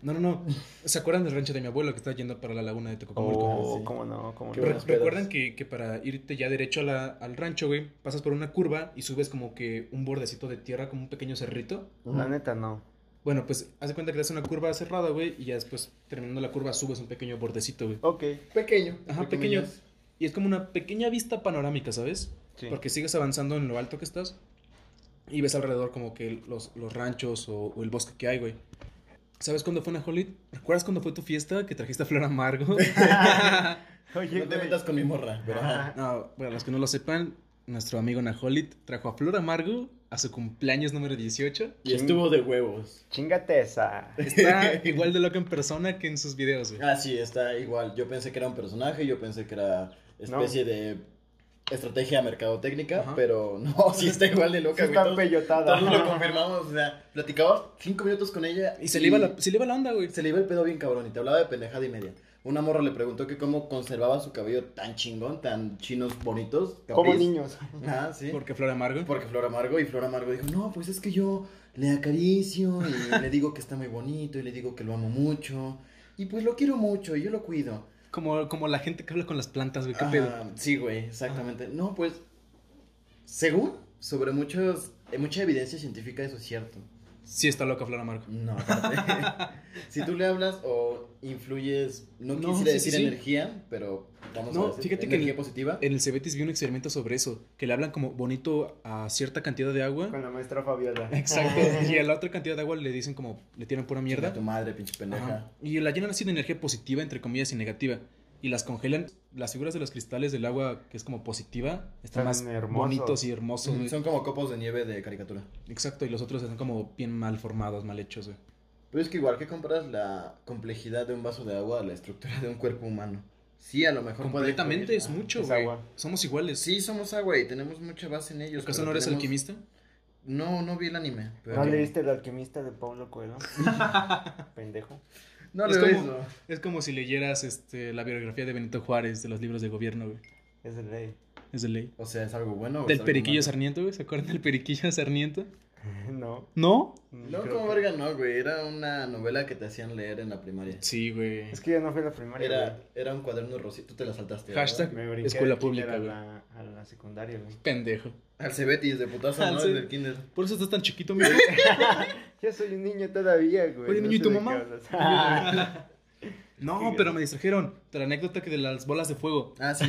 S2: No, no, no. ¿Se acuerdan del rancho de mi abuelo que estaba yendo para la laguna de Tecocomulco?
S1: Oh,
S3: sí.
S1: cómo no, cómo
S3: Qué
S1: no.
S2: Re-
S3: buenas pedas.
S2: ¿Recuerdan que, que para irte ya derecho a la- al rancho, güey, pasas por una curva y subes como que un bordecito de tierra, como un pequeño cerrito?
S1: La neta, no.
S2: Bueno, pues haz de cuenta que das una curva cerrada, güey, y ya después terminando la curva subes un pequeño bordecito, güey.
S1: Ok,
S3: Pequeño.
S2: Ajá,
S3: entre
S2: pequeño.
S3: comillas.
S2: Y es como una pequeña vista panorámica, ¿sabes?
S1: sí.
S2: Porque sigues avanzando en lo alto que estás y ves alrededor como que los, los ranchos o, o el bosque que hay, güey. ¿Sabes cuándo fue Najolit? ¿Recuerdas cuándo fue tu fiesta que trajiste a Flor Amargo?
S1: Oye,
S3: No te
S1: güey.
S3: metas con mi morra, ¿verdad?
S2: No, bueno, los que no lo sepan, nuestro amigo Najolit trajo a Flor Amargo a su cumpleaños número 18.
S3: Y estuvo de huevos.
S1: Chingate esa.
S2: Está igual de loca en persona que en sus videos, güey.
S3: Ah, sí, está igual. Yo pensé que era un personaje, yo pensé que era especie de estrategia mercadotécnica,
S2: Ajá.
S3: pero no, sí está igual de
S1: Sí
S3: loca. güey.
S1: está
S3: Todos-
S1: peyotada.
S3: Todos lo confirmamos, o sea, platicabas cinco minutos con ella
S2: Y se le iba la, se le iba la onda, güey.
S3: se le iba el pedo bien cabrón y te hablaba de pendejada y media. Una morra le preguntó que cómo conservaba su cabello tan chingón, tan chinos bonitos.
S1: Como
S3: capriz.
S1: niños.
S3: Ah, sí.
S2: Porque Flor Amargo.
S3: Porque Flor Amargo y Flor Amargo dijo, no, pues es que yo le acaricio y le digo que está muy bonito y le digo que lo amo mucho y pues lo quiero mucho y yo lo cuido.
S2: Como, como la gente que habla con las plantas, güey. ¿Qué
S3: Ajá,
S2: pedo?
S3: Sí, güey, exactamente. No, pues, según, sobre muchos, eh, mucha evidencia científica eso es cierto.
S2: Sí está loca Flor Amargo.
S3: No, aparte. si tú le hablas o influyes, no
S2: No,
S3: quisiera
S2: sí, sí,
S3: decir
S2: sí.
S3: energía, pero vamos
S2: No,
S3: a decir
S2: fíjate que
S3: energía
S2: el-
S3: positiva.
S2: En el Cebetis vi un experimento sobre eso, que le hablan como bonito a cierta cantidad de agua.
S1: Con la maestra Fabiola. Ah.
S2: Exacto. Y a la otra cantidad de agua le dicen como, le tiran pura
S3: Chinga
S2: mierda.
S3: tu madre, pinche pendeja.
S2: Ajá. Y la llenan así de energía positiva, entre comillas, y negativa. Y las congelan. Las figuras de los cristales del agua, que es como positiva, están
S1: Están
S2: más
S1: hermosos.
S2: bonitos y
S3: Ujú,
S2: hermosos. güey.
S3: Son como copos de nieve de caricatura.
S2: Exacto, y los otros están como bien mal formados, mal hechos. güey.
S3: Pero es que igual que compras la complejidad de un vaso de agua a la estructura de un cuerpo humano. Sí, a lo mejor puede
S2: Completamente
S3: influir.
S2: es
S3: Ah,
S2: mucho,
S1: es
S2: güey.
S1: agua.
S2: Somos iguales.
S3: Sí, somos agua y tenemos mucha base en ellos.
S2: ¿Acaso
S3: pero
S2: no eres
S3: tenemos-
S2: alquimista?
S3: No, no vi el anime. pero-
S1: ¿No leíste El alquimista de Pablo Coelho? Pendejo.
S3: No
S2: Es
S3: lo
S2: como-
S3: hizo.
S2: Es como si leyeras este, la biografía de Benito Juárez de los libros de gobierno, güey.
S1: Es de ley.
S2: Es de ley.
S3: O sea, es algo bueno. o es
S2: Del
S3: algo
S2: periquillo
S3: malo?
S2: Sarmiento, güey. ¿Se acuerdan del periquillo Sarmiento?
S1: No.
S2: ¿No?
S3: No,
S1: creo
S3: como
S1: que-
S3: verga, no, güey. Era una novela que te hacían leer en la primaria.
S2: Sí, güey.
S1: Es que yo no fui a la primaria.
S3: Era,
S1: güey.
S3: era un cuaderno rosito, tú te la saltaste. ¿verdad?
S2: Hashtag
S1: Me brinqué
S2: escuela
S1: del kinder
S2: pública,
S1: a
S2: güey.
S1: la, a la secundaria, güey.
S2: Pendejo.
S3: Al Cebetis de putazo,
S2: Al
S3: ¿no?
S2: Cebe-
S3: Desde el kinder.
S2: Por eso estás tan chiquito, mi güey.
S1: Yo soy un niño todavía, güey.
S2: Oye,
S1: no
S2: niño, ¿y
S1: sé
S2: tu
S1: de qué
S2: mamá?
S1: hablas.
S2: No, pero me distrajeron. De la anécdota que de las bolas de fuego.
S3: Ah, sí.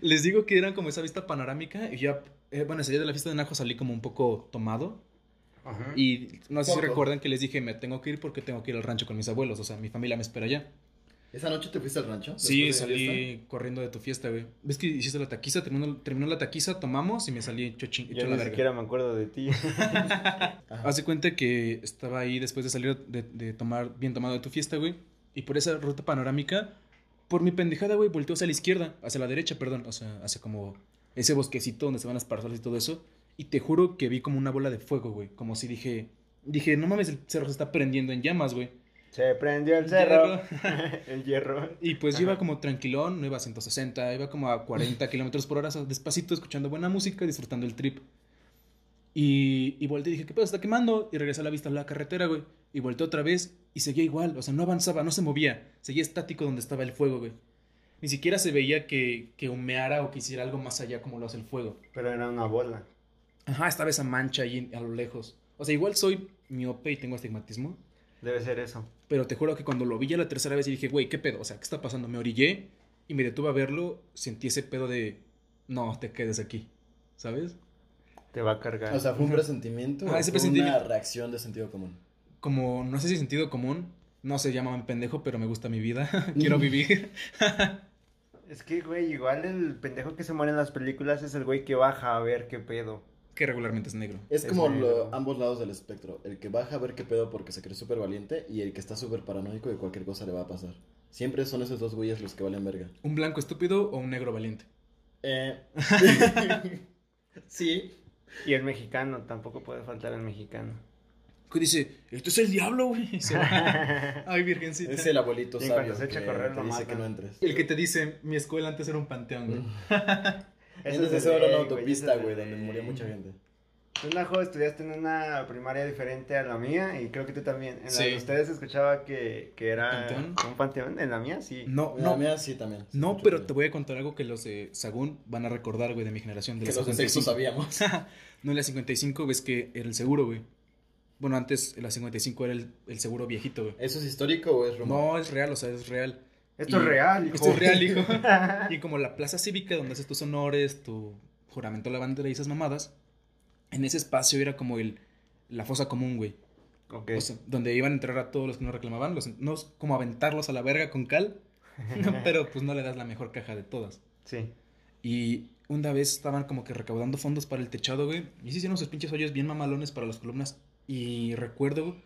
S2: Les digo que eran como esa vista panorámica y ya. eh, bueno, ese día de la fiesta de Najo salí como un poco tomado.
S1: Ajá.
S2: Y no sé si
S3: Poco.
S2: recuerdan que les dije, me tengo que ir porque tengo que ir al rancho con mis abuelos. O sea, mi familia me espera allá.
S3: ¿Esa noche te fuiste al rancho?
S2: Sí,
S3: después de la fiesta?
S2: salí corriendo de tu fiesta, güey. ¿Ves que hiciste la taquiza? Terminó, terminó la taquiza, tomamos y me salí hecho, chin-
S1: Yo
S2: hecho
S1: ni
S2: la verga.
S1: siquiera me acuerdo de ti.
S3: Ajá.
S2: Hace cuenta que estaba ahí después de salir de, de tomar, bien tomado de tu fiesta, güey. Y por esa ruta panorámica, por mi pendejada, güey, volteó hacia la izquierda, hacia la derecha, perdón. O sea, hacia como ese bosquecito donde se van las parzolas y todo eso. Y te juro que vi como una bola de fuego, güey. Como si dije, dije, no mames, el cerro se está prendiendo en llamas, güey.
S1: Se prendió el cerro. el hierro.
S2: Y pues yo iba como tranquilón, no iba a 160, iba como a 40 kilómetros por hora, o sea, despacito, escuchando buena música y disfrutando el trip. Y, y volteé y dije, ¿qué pedo? Está quemando. Y regresé a la vista a la carretera, güey. Y volteé otra vez y seguía igual, o sea, no avanzaba, no se movía. Seguía estático donde estaba el fuego, güey. Ni siquiera se veía que, que humeara o que hiciera algo más allá como lo hace el fuego.
S1: Pero era una bola.
S2: Ajá, estaba esa mancha ahí en- a lo lejos. O sea, igual soy miope y tengo astigmatismo,
S1: Debe ser eso.
S2: pero te juro que cuando lo vi ya la tercera vez y dije, güey, ¿qué pedo? O sea, ¿qué está pasando? Me orillé y me detuve a verlo, sentí ese pedo de, no, te quedes aquí, ¿sabes?
S1: Te va a cargar.
S3: O sea, fue un presentimiento.
S2: Ajá,
S3: o
S2: Ah, ese
S3: fue
S2: presentimiento.
S3: Una reacción de sentido común.
S2: Como, no sé si sentido común, no sé, llámame pendejo, pero me gusta mi vida, quiero vivir.
S1: es que, güey, igual el pendejo que se muere en las películas es el güey que baja a ver qué pedo.
S2: que regularmente es negro.
S3: Es
S1: Es
S3: como
S1: negro.
S3: lo- ambos lados del espectro. El que baja a ver qué pedo porque se cree súper valiente y el que está súper paranoico de cualquier cosa le va a pasar. Siempre son esos dos güeyes los que valen verga.
S2: ¿Un blanco estúpido o un negro valiente?
S3: Eh. sí.
S1: Y el mexicano, tampoco puede faltar el mexicano.
S2: Que dice, esto es el diablo, güey. y se va. Ay, virgencita.
S3: Es el abuelito
S1: Y en
S3: sabio
S1: cuanto se echa a
S3: que
S1: correr,
S3: te
S1: lo
S3: dice
S1: mata.
S3: que no entres.
S2: El que te dice, mi escuela antes era un panteón, güey.
S1: Ese es el
S3: Entonces, era una
S1: rey, güey,
S3: autopista,
S1: ese es el
S3: güey, donde
S1: rey.
S3: murió mucha gente.
S1: Tú, Najo, estudiaste en una primaria diferente a la mía y creo que tú también. En la
S2: Sí.
S1: de ustedes escuchaba que, que era
S2: ¿Panteón?
S1: un panteón. En la mía, sí.
S2: No,
S3: No,
S2: no.
S3: mía sí también. Sí,
S2: No,
S3: mucho
S2: pero
S3: pedo.
S2: te voy a contar algo que los de Sagún van a recordar, güey, de mi generación. De
S3: Que
S2: la
S3: los de sexo
S2: 55.
S3: sabíamos.
S2: No, en la 55, ves que era el seguro, güey. Bueno, antes en la 55 era el, el seguro viejito, güey.
S3: ¿Eso es histórico o es rumor?
S2: No, es real, o sea, es real.
S1: Esto
S2: Y-
S1: es real, hijo.
S2: Esto es real, hijo. Y como la plaza cívica donde haces tus honores, tu juramento a la bandera y esas mamadas, en ese espacio era como el, la fosa común, güey.
S1: Ok.
S2: O sea, donde iban a entrar a todos los que no reclamaban, los, no es como aventarlos a la verga con cal, pero pues no le das la mejor caja de todas.
S1: Sí.
S2: Y una vez estaban como que recaudando fondos para el techado, güey, y se hicieron sus pinches hoyos bien mamalones para las columnas. Y recuerdo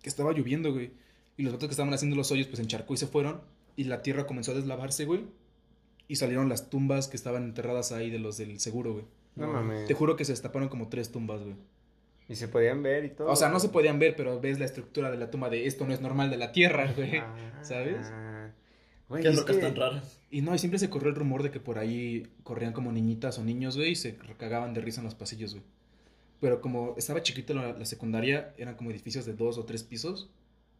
S2: que estaba lloviendo, güey, y los vatos que estaban haciendo los hoyos pues se encharcó y se fueron, y la tierra comenzó a deslavarse, güey, y salieron las tumbas que estaban enterradas ahí de los del seguro, güey.
S1: No
S3: No,
S1: mames.
S2: Te juro que se destaparon como tres tumbas, güey.
S1: Y se podían ver y todo.
S2: O sea, no se podían ver, pero ves la estructura de la tumba de esto no es normal de la tierra, güey.
S1: Ah,
S2: ¿sabes?
S1: Güey,
S3: ¿Qué es
S1: es
S3: lo que es
S1: que-
S3: tan raro?
S2: Y no, y siempre se corrió el rumor de que por ahí corrían como niñitas o niños, güey, y se cagaban de risa en los pasillos, güey. Pero como estaba chiquito la, la secundaria, eran como edificios de dos o tres pisos,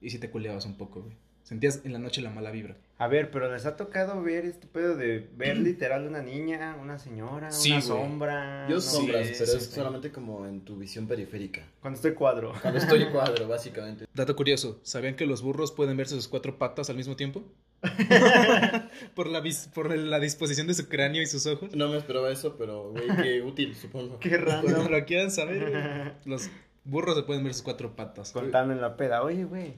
S2: y sí te culeabas un poco, güey. Sentías en la noche la mala vibra.
S1: A ver, pero les ha tocado ver este pedo de ver literal una niña, una señora,
S2: Mm. Sí,
S1: una
S2: güey.
S1: sombra.
S3: Yo
S1: Ah, no
S3: sombras,
S1: sé,
S3: pero
S1: sí,
S3: es
S1: sí.
S3: solamente como en tu visión periférica.
S1: Cuando estoy cuadro.
S3: Cuando estoy cuadro, básicamente.
S2: Dato curioso, ¿sabían que los burros pueden verse sus cuatro patas al mismo tiempo? por, la, vis- por la disposición de su cráneo y sus ojos.
S3: No me esperaba eso, pero güey, qué útil, supongo.
S1: Qué
S2: Cuando
S1: raro.
S2: lo quieran saber, güey, los burros se pueden ver sus cuatro patas.
S1: Contando en la peda. Oye, güey,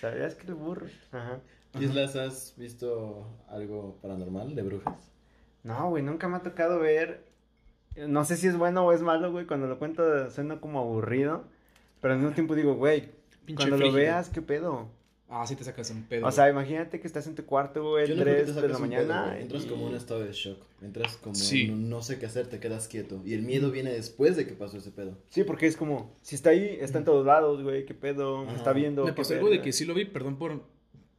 S1: ¿sabías que el burro? Ajá.
S3: Islas, ¿has visto algo paranormal de brujas?
S1: No, güey, nunca me ha tocado ver. No sé si es bueno o es malo, güey. Cuando lo cuento suena como aburrido. Pero al mismo tiempo digo, güey,
S2: Pinche
S1: cuando lo
S2: frígido.
S1: veas, ¿qué pedo?
S2: Ah, sí te sacas un pedo.
S1: O sea, imagínate que estás en tu cuarto, güey,
S3: Yo no creo que te
S1: 3 de la
S3: saques un pedo,
S1: mañana.
S3: güey. Entras
S1: y-
S3: como en este un estado de shock. Entras como
S2: Sí.
S3: en un no sé qué hacer, te quedas quieto. Y el miedo viene después de que pasó ese pedo.
S1: Sí, porque es como, si está ahí, está en todos lados, güey, qué pedo, me
S3: Ajá.
S1: está viendo.
S2: Me
S1: qué
S2: pasó pues, algo de
S1: verga.
S2: que sí lo vi, perdón por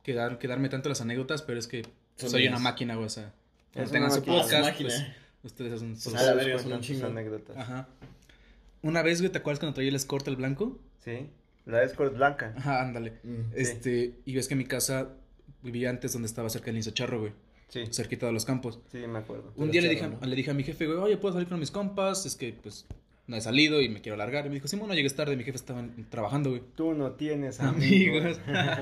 S2: quedar, quedarme tanto las anécdotas, pero es que
S3: Son
S2: soy
S3: mías.
S2: una máquina, güey, o sea, cuando
S1: Es
S2: tengan
S1: una
S2: su
S1: máquina.
S3: Ah, su
S2: podcast, pues,
S3: máquina.
S2: ustedes hacen sus...
S3: O sea, la
S1: Ustedes
S3: verga, son un
S1: cuentan sus
S3: chingo.
S1: anécdotas.
S2: Ajá. Una vez, güey, ¿te acuerdas cuando traía el escorte al blanco?
S1: Sí, la Escort blanca.
S2: Ajá, ándale.
S3: Mm.
S2: Este, y ves que en mi casa vivía antes donde estaba cerca del Lince Charro, güey,
S1: Sí,
S2: cerquita de los campos.
S1: sí, me acuerdo.
S2: Un
S3: Pero
S2: día le dije,
S3: charro, ¿no?
S2: le dije a mi jefe, güey, oye, ¿puedo salir con mis compas? Es que, pues, no he salido y me quiero largar. Y me dijo, sí, bueno, llegues tarde, mi jefe estaba en- trabajando, güey.
S1: Tú no tienes amigos.
S2: Amigos.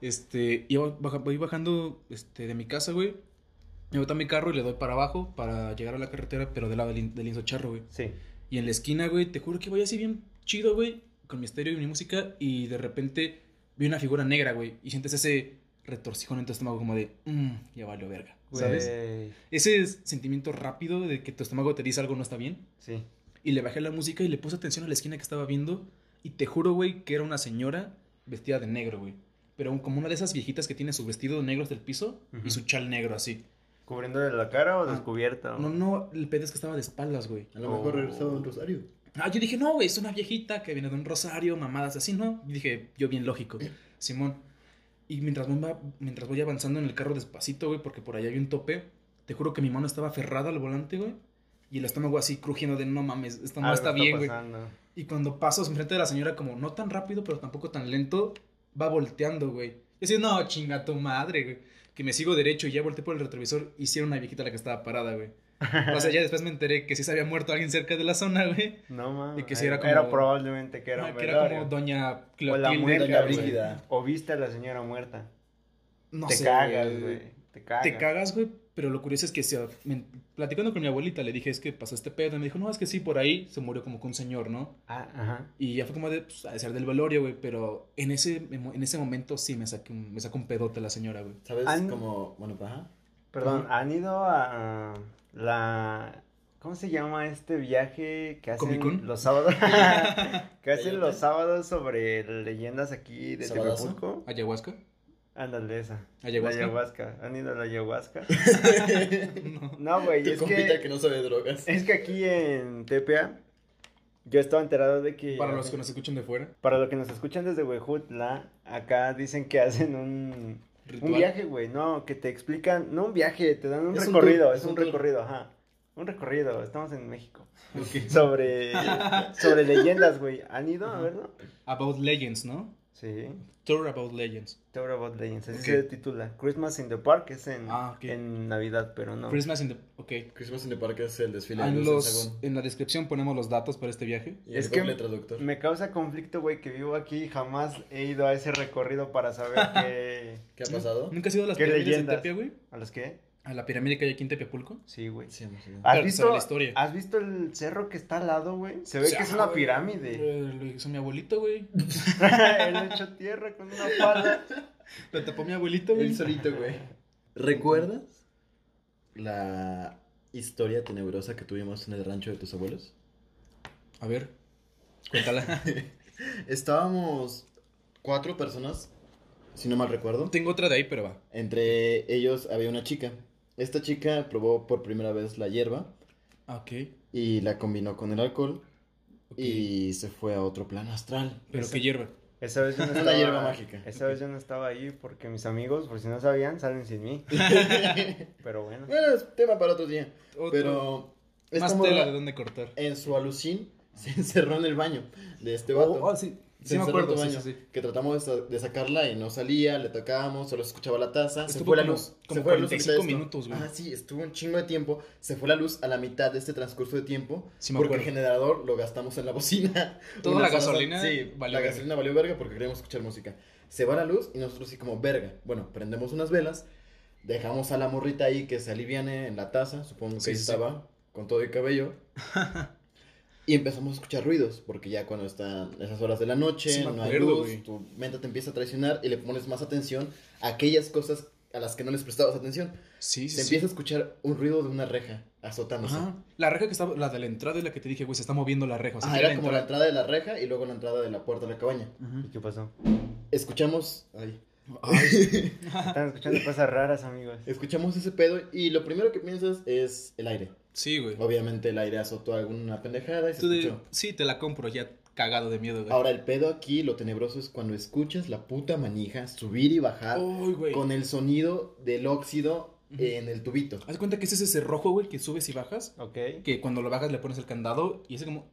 S2: Este, iba baja- voy bajando este, de mi casa, güey. Me botan mi carro y le doy para abajo para llegar a la carretera, pero del lado del, in- del Inso Charro, güey.
S1: sí,
S2: Y en la esquina, güey, te juro que voy así bien chido, güey, con mi estéreo y mi música. Y de repente vi una figura negra, güey. Y sientes ese retorcijón en tu estómago, como de, "Mm, ya valió verga, ¿sabes?
S1: güey,
S2: Ese es- sentimiento rápido de que tu estómago te dice algo no está bien.
S1: Sí.
S2: Y le bajé la música y le puse atención a la esquina que estaba viendo. Y te juro, güey, que era una señora vestida de negro, güey. Pero un- como una de esas viejitas que tiene su vestido negro hasta el piso
S1: Ujú.
S2: y su chal negro así.
S1: ¿Cubriéndole la cara o
S2: Ah,
S1: descubierta?
S2: No, no, el pedo es que estaba de espaldas, güey.
S3: A lo mejor
S1: Oh.
S3: regresaba un rosario.
S2: Ah, yo dije, no, güey, es una viejita que viene de un rosario, mamadas así, ¿no? Y dije, yo bien lógico, Simón. Y mientras voy, va- mientras voy avanzando en el carro despacito, güey, porque por allá hay un tope, te juro que mi mano estaba aferrada al volante, güey. Y el estómago así crujiendo de, no mames, esto no
S1: Algo
S2: está bien, güey.
S1: pasando.
S2: Y cuando pasas enfrente de la señora, como no tan rápido, pero tampoco tan lento, va volteando, güey. Y así, no, chinga tu madre, güey. que me sigo derecho y ya volteé por el retrovisor y sí era una viejita la que estaba parada, güey. O sea, ya después me enteré que sí se había muerto alguien cerca de la zona, güey.
S1: No mames.
S2: Y que sí era como-
S1: probablemente que era
S2: Ah,
S1: un
S2: que era
S1: velorio.
S2: como doña
S1: O la
S2: Clotilde.
S1: muerta,
S3: doña
S1: güey.
S3: Brígida.
S1: O viste a la señora muerta.
S2: No
S1: te
S2: sé,
S1: cagas, güey. Te cagas.
S2: Te cagas, güey. Pero lo curioso es que se- me- platicando con mi abuelita le dije, es que pasó este pedo. Y me dijo, no, es que sí, por ahí se murió como que un señor, ¿no?
S1: Ah, ajá.
S2: Y ya fue como de, pues, ha de ser del velorio, güey. Pero en ese, en ese momento sí me sacó un, me sacó un pedote la señora, güey.
S3: ¿Sabes?
S1: Han-
S3: Como, bueno, ajá.
S1: Perdón,
S2: Ajá.
S1: ¿han ido a a la... ¿Cómo se llama este viaje que hacen
S2: ¿Comic-Con?
S1: los sábados? que hacen
S3: Cállate.
S1: los sábados sobre leyendas aquí de
S3: ¿Sabadazo?
S1: Tepepulco.
S2: ¿Ayahuasca?
S1: Ándale esa.
S2: ¿Ayahuasca?
S1: La ayahuasca. ¿Han ido a la ayahuasca?
S2: No.
S1: No, güey,
S3: Tu
S1: es
S3: compita
S1: que,
S3: que no sabe de drogas.
S1: es que aquí en TPA yo estaba enterado de que...
S2: Para los que nos escuchan de fuera.
S1: Para los que nos escuchan desde Huejutla, acá dicen que hacen un...
S2: ritual.
S1: Un viaje, güey, no, que te explican, no un viaje, te dan un
S3: Es un
S1: recorrido,
S3: tour,
S1: es
S3: es un
S1: un
S3: tour.
S1: recorrido, ajá. Un recorrido, estamos en México.
S3: Ok.
S1: Sobre, sobre leyendas, güey. ¿Han ido a
S2: Ajá.
S1: verlo?
S2: About Legends, ¿no?
S1: Sí.
S2: Tour About Legends.
S1: Tour About Legends, así
S3: Ok.
S1: se titula. Christmas in the Park es en,
S2: Ah, ok.
S1: en Navidad, pero no.
S2: Christmas in the... Ok.
S3: Christmas in the Park es el desfile de
S2: En,
S3: luz en
S2: los,
S3: Sagún.
S2: en la descripción ponemos los datos para este viaje.
S3: Y
S1: Es
S3: es
S1: que-
S3: que traductor.
S1: Me causa conflicto, güey, que vivo aquí y jamás he ido a ese recorrido para saber qué...
S3: ¿Qué ha pasado?
S2: ¿Nunca has ido a las
S1: ¿Qué
S2: pirámides
S1: leyendas?
S2: de Tepia, güey?
S1: ¿A los qué?
S2: ¿A la pirámide que hay aquí en Tepiapulco?
S1: Sí, güey.
S3: Sí, hemos ido.
S1: ¿Has
S2: Pero
S1: visto,
S2: sabe la historia.
S1: ¿Has visto el cerro que está al lado, güey? Se ve
S2: Sí,
S1: que es una
S2: güey.
S1: pirámide.
S2: Eh, Lo hizo mi abuelito, güey.
S1: Él hecho tierra con una pala.
S2: Lo tapó mi abuelito, güey.
S3: Él solito, güey. ¿Recuerdas la historia tenebrosa que tuvimos en el rancho de tus abuelos?
S2: A ver, cuéntala.
S3: Estábamos cuatro personas, si no mal recuerdo.
S2: Tengo otra de ahí, pero va.
S3: Entre ellos había una chica. Esta chica probó por primera vez la hierba
S2: Ah, Ok.
S3: y la combinó con el alcohol
S2: ok.
S3: y se fue a otro plano astral.
S2: Pero qué hierba.
S1: Esa vez yo no
S3: Una
S1: estaba,
S3: hierba mágica.
S1: Esa vez yo no estaba ahí porque mis amigos, por si no sabían, salen sin mí. Pero bueno.
S3: bueno, es tema para otro día.
S2: Otro.
S3: Pero esta
S2: Más
S3: morra,
S2: tela de dónde cortar.
S3: en su alucín se encerró en el baño de este vato.
S2: Oh, oh, sí.
S3: Se
S2: Sí me
S3: encerró en
S2: acuerdo, sí,
S3: tu baño,
S2: sí, sí.
S3: Que tratamos de, sa- de sacarla y no salía, le tocábamos, solo se escuchaba la taza, se
S2: Estuvo
S3: fue la
S2: como-
S3: luz.
S2: como
S3: se fue la luz a
S2: 45
S3: mitad de esto.
S2: minutos, güey.
S3: Ah, sí, estuvo un chingo de tiempo. Se fue la luz a la mitad de este transcurso de tiempo.
S2: Sí me
S3: porque el
S2: acuerdo.
S3: generador lo gastamos en la bocina.
S2: Toda
S3: Unas
S2: la
S3: horas-
S2: gasolina
S3: Sí,
S2: valió
S3: la
S2: verga.
S3: gasolina valió verga porque queríamos escuchar música. Se va la luz y nosotros sí como verga. Bueno, prendemos unas velas, dejamos a la morrita ahí que se aliviane en la taza, supongo que
S2: Sí,
S3: ahí
S2: sí, sí.
S3: estaba, con todo el cabello. Y empezamos a escuchar ruidos, porque ya cuando están esas horas de la noche,
S2: Sí me
S3: no hay
S2: acuerdo,
S3: luz,
S2: güey.
S3: tu mente te empieza a traicionar y le pones más atención a aquellas cosas a las que no les prestabas atención.
S2: Sí, sí,
S3: Se
S2: sí.
S3: empieza a escuchar un ruido de una reja azotándose.
S2: Ajá. La reja que estaba, la de la entrada es la que te dije, güey, se está moviendo la reja. O sea,
S3: Ah,
S2: que
S3: era
S2: la
S3: como la entrada de la reja y luego la entrada de la puerta de la cabaña.
S1: ¿Y qué pasó?
S3: Escuchamos, ay,
S2: Ajá. Ay.
S1: Están escuchando cosas raras, amigos.
S3: escuchamos ese pedo y lo primero que piensas es el aire.
S2: sí, güey.
S3: Obviamente el aire azotó alguna pendejada y se
S2: Tú de-
S3: escuchó.
S2: sí, te la compro ya cagado de miedo, güey.
S3: Ahora el pedo aquí, lo tenebroso es cuando escuchas la puta manija subir y bajar
S2: Uy, Oh, güey.
S3: con el sonido del óxido
S2: Ujú.
S3: en el tubito.
S2: Haz de cuenta que es ese cerrojo, güey, que subes y bajas.
S1: Ok.
S2: Que cuando lo bajas le pones el candado y ese como.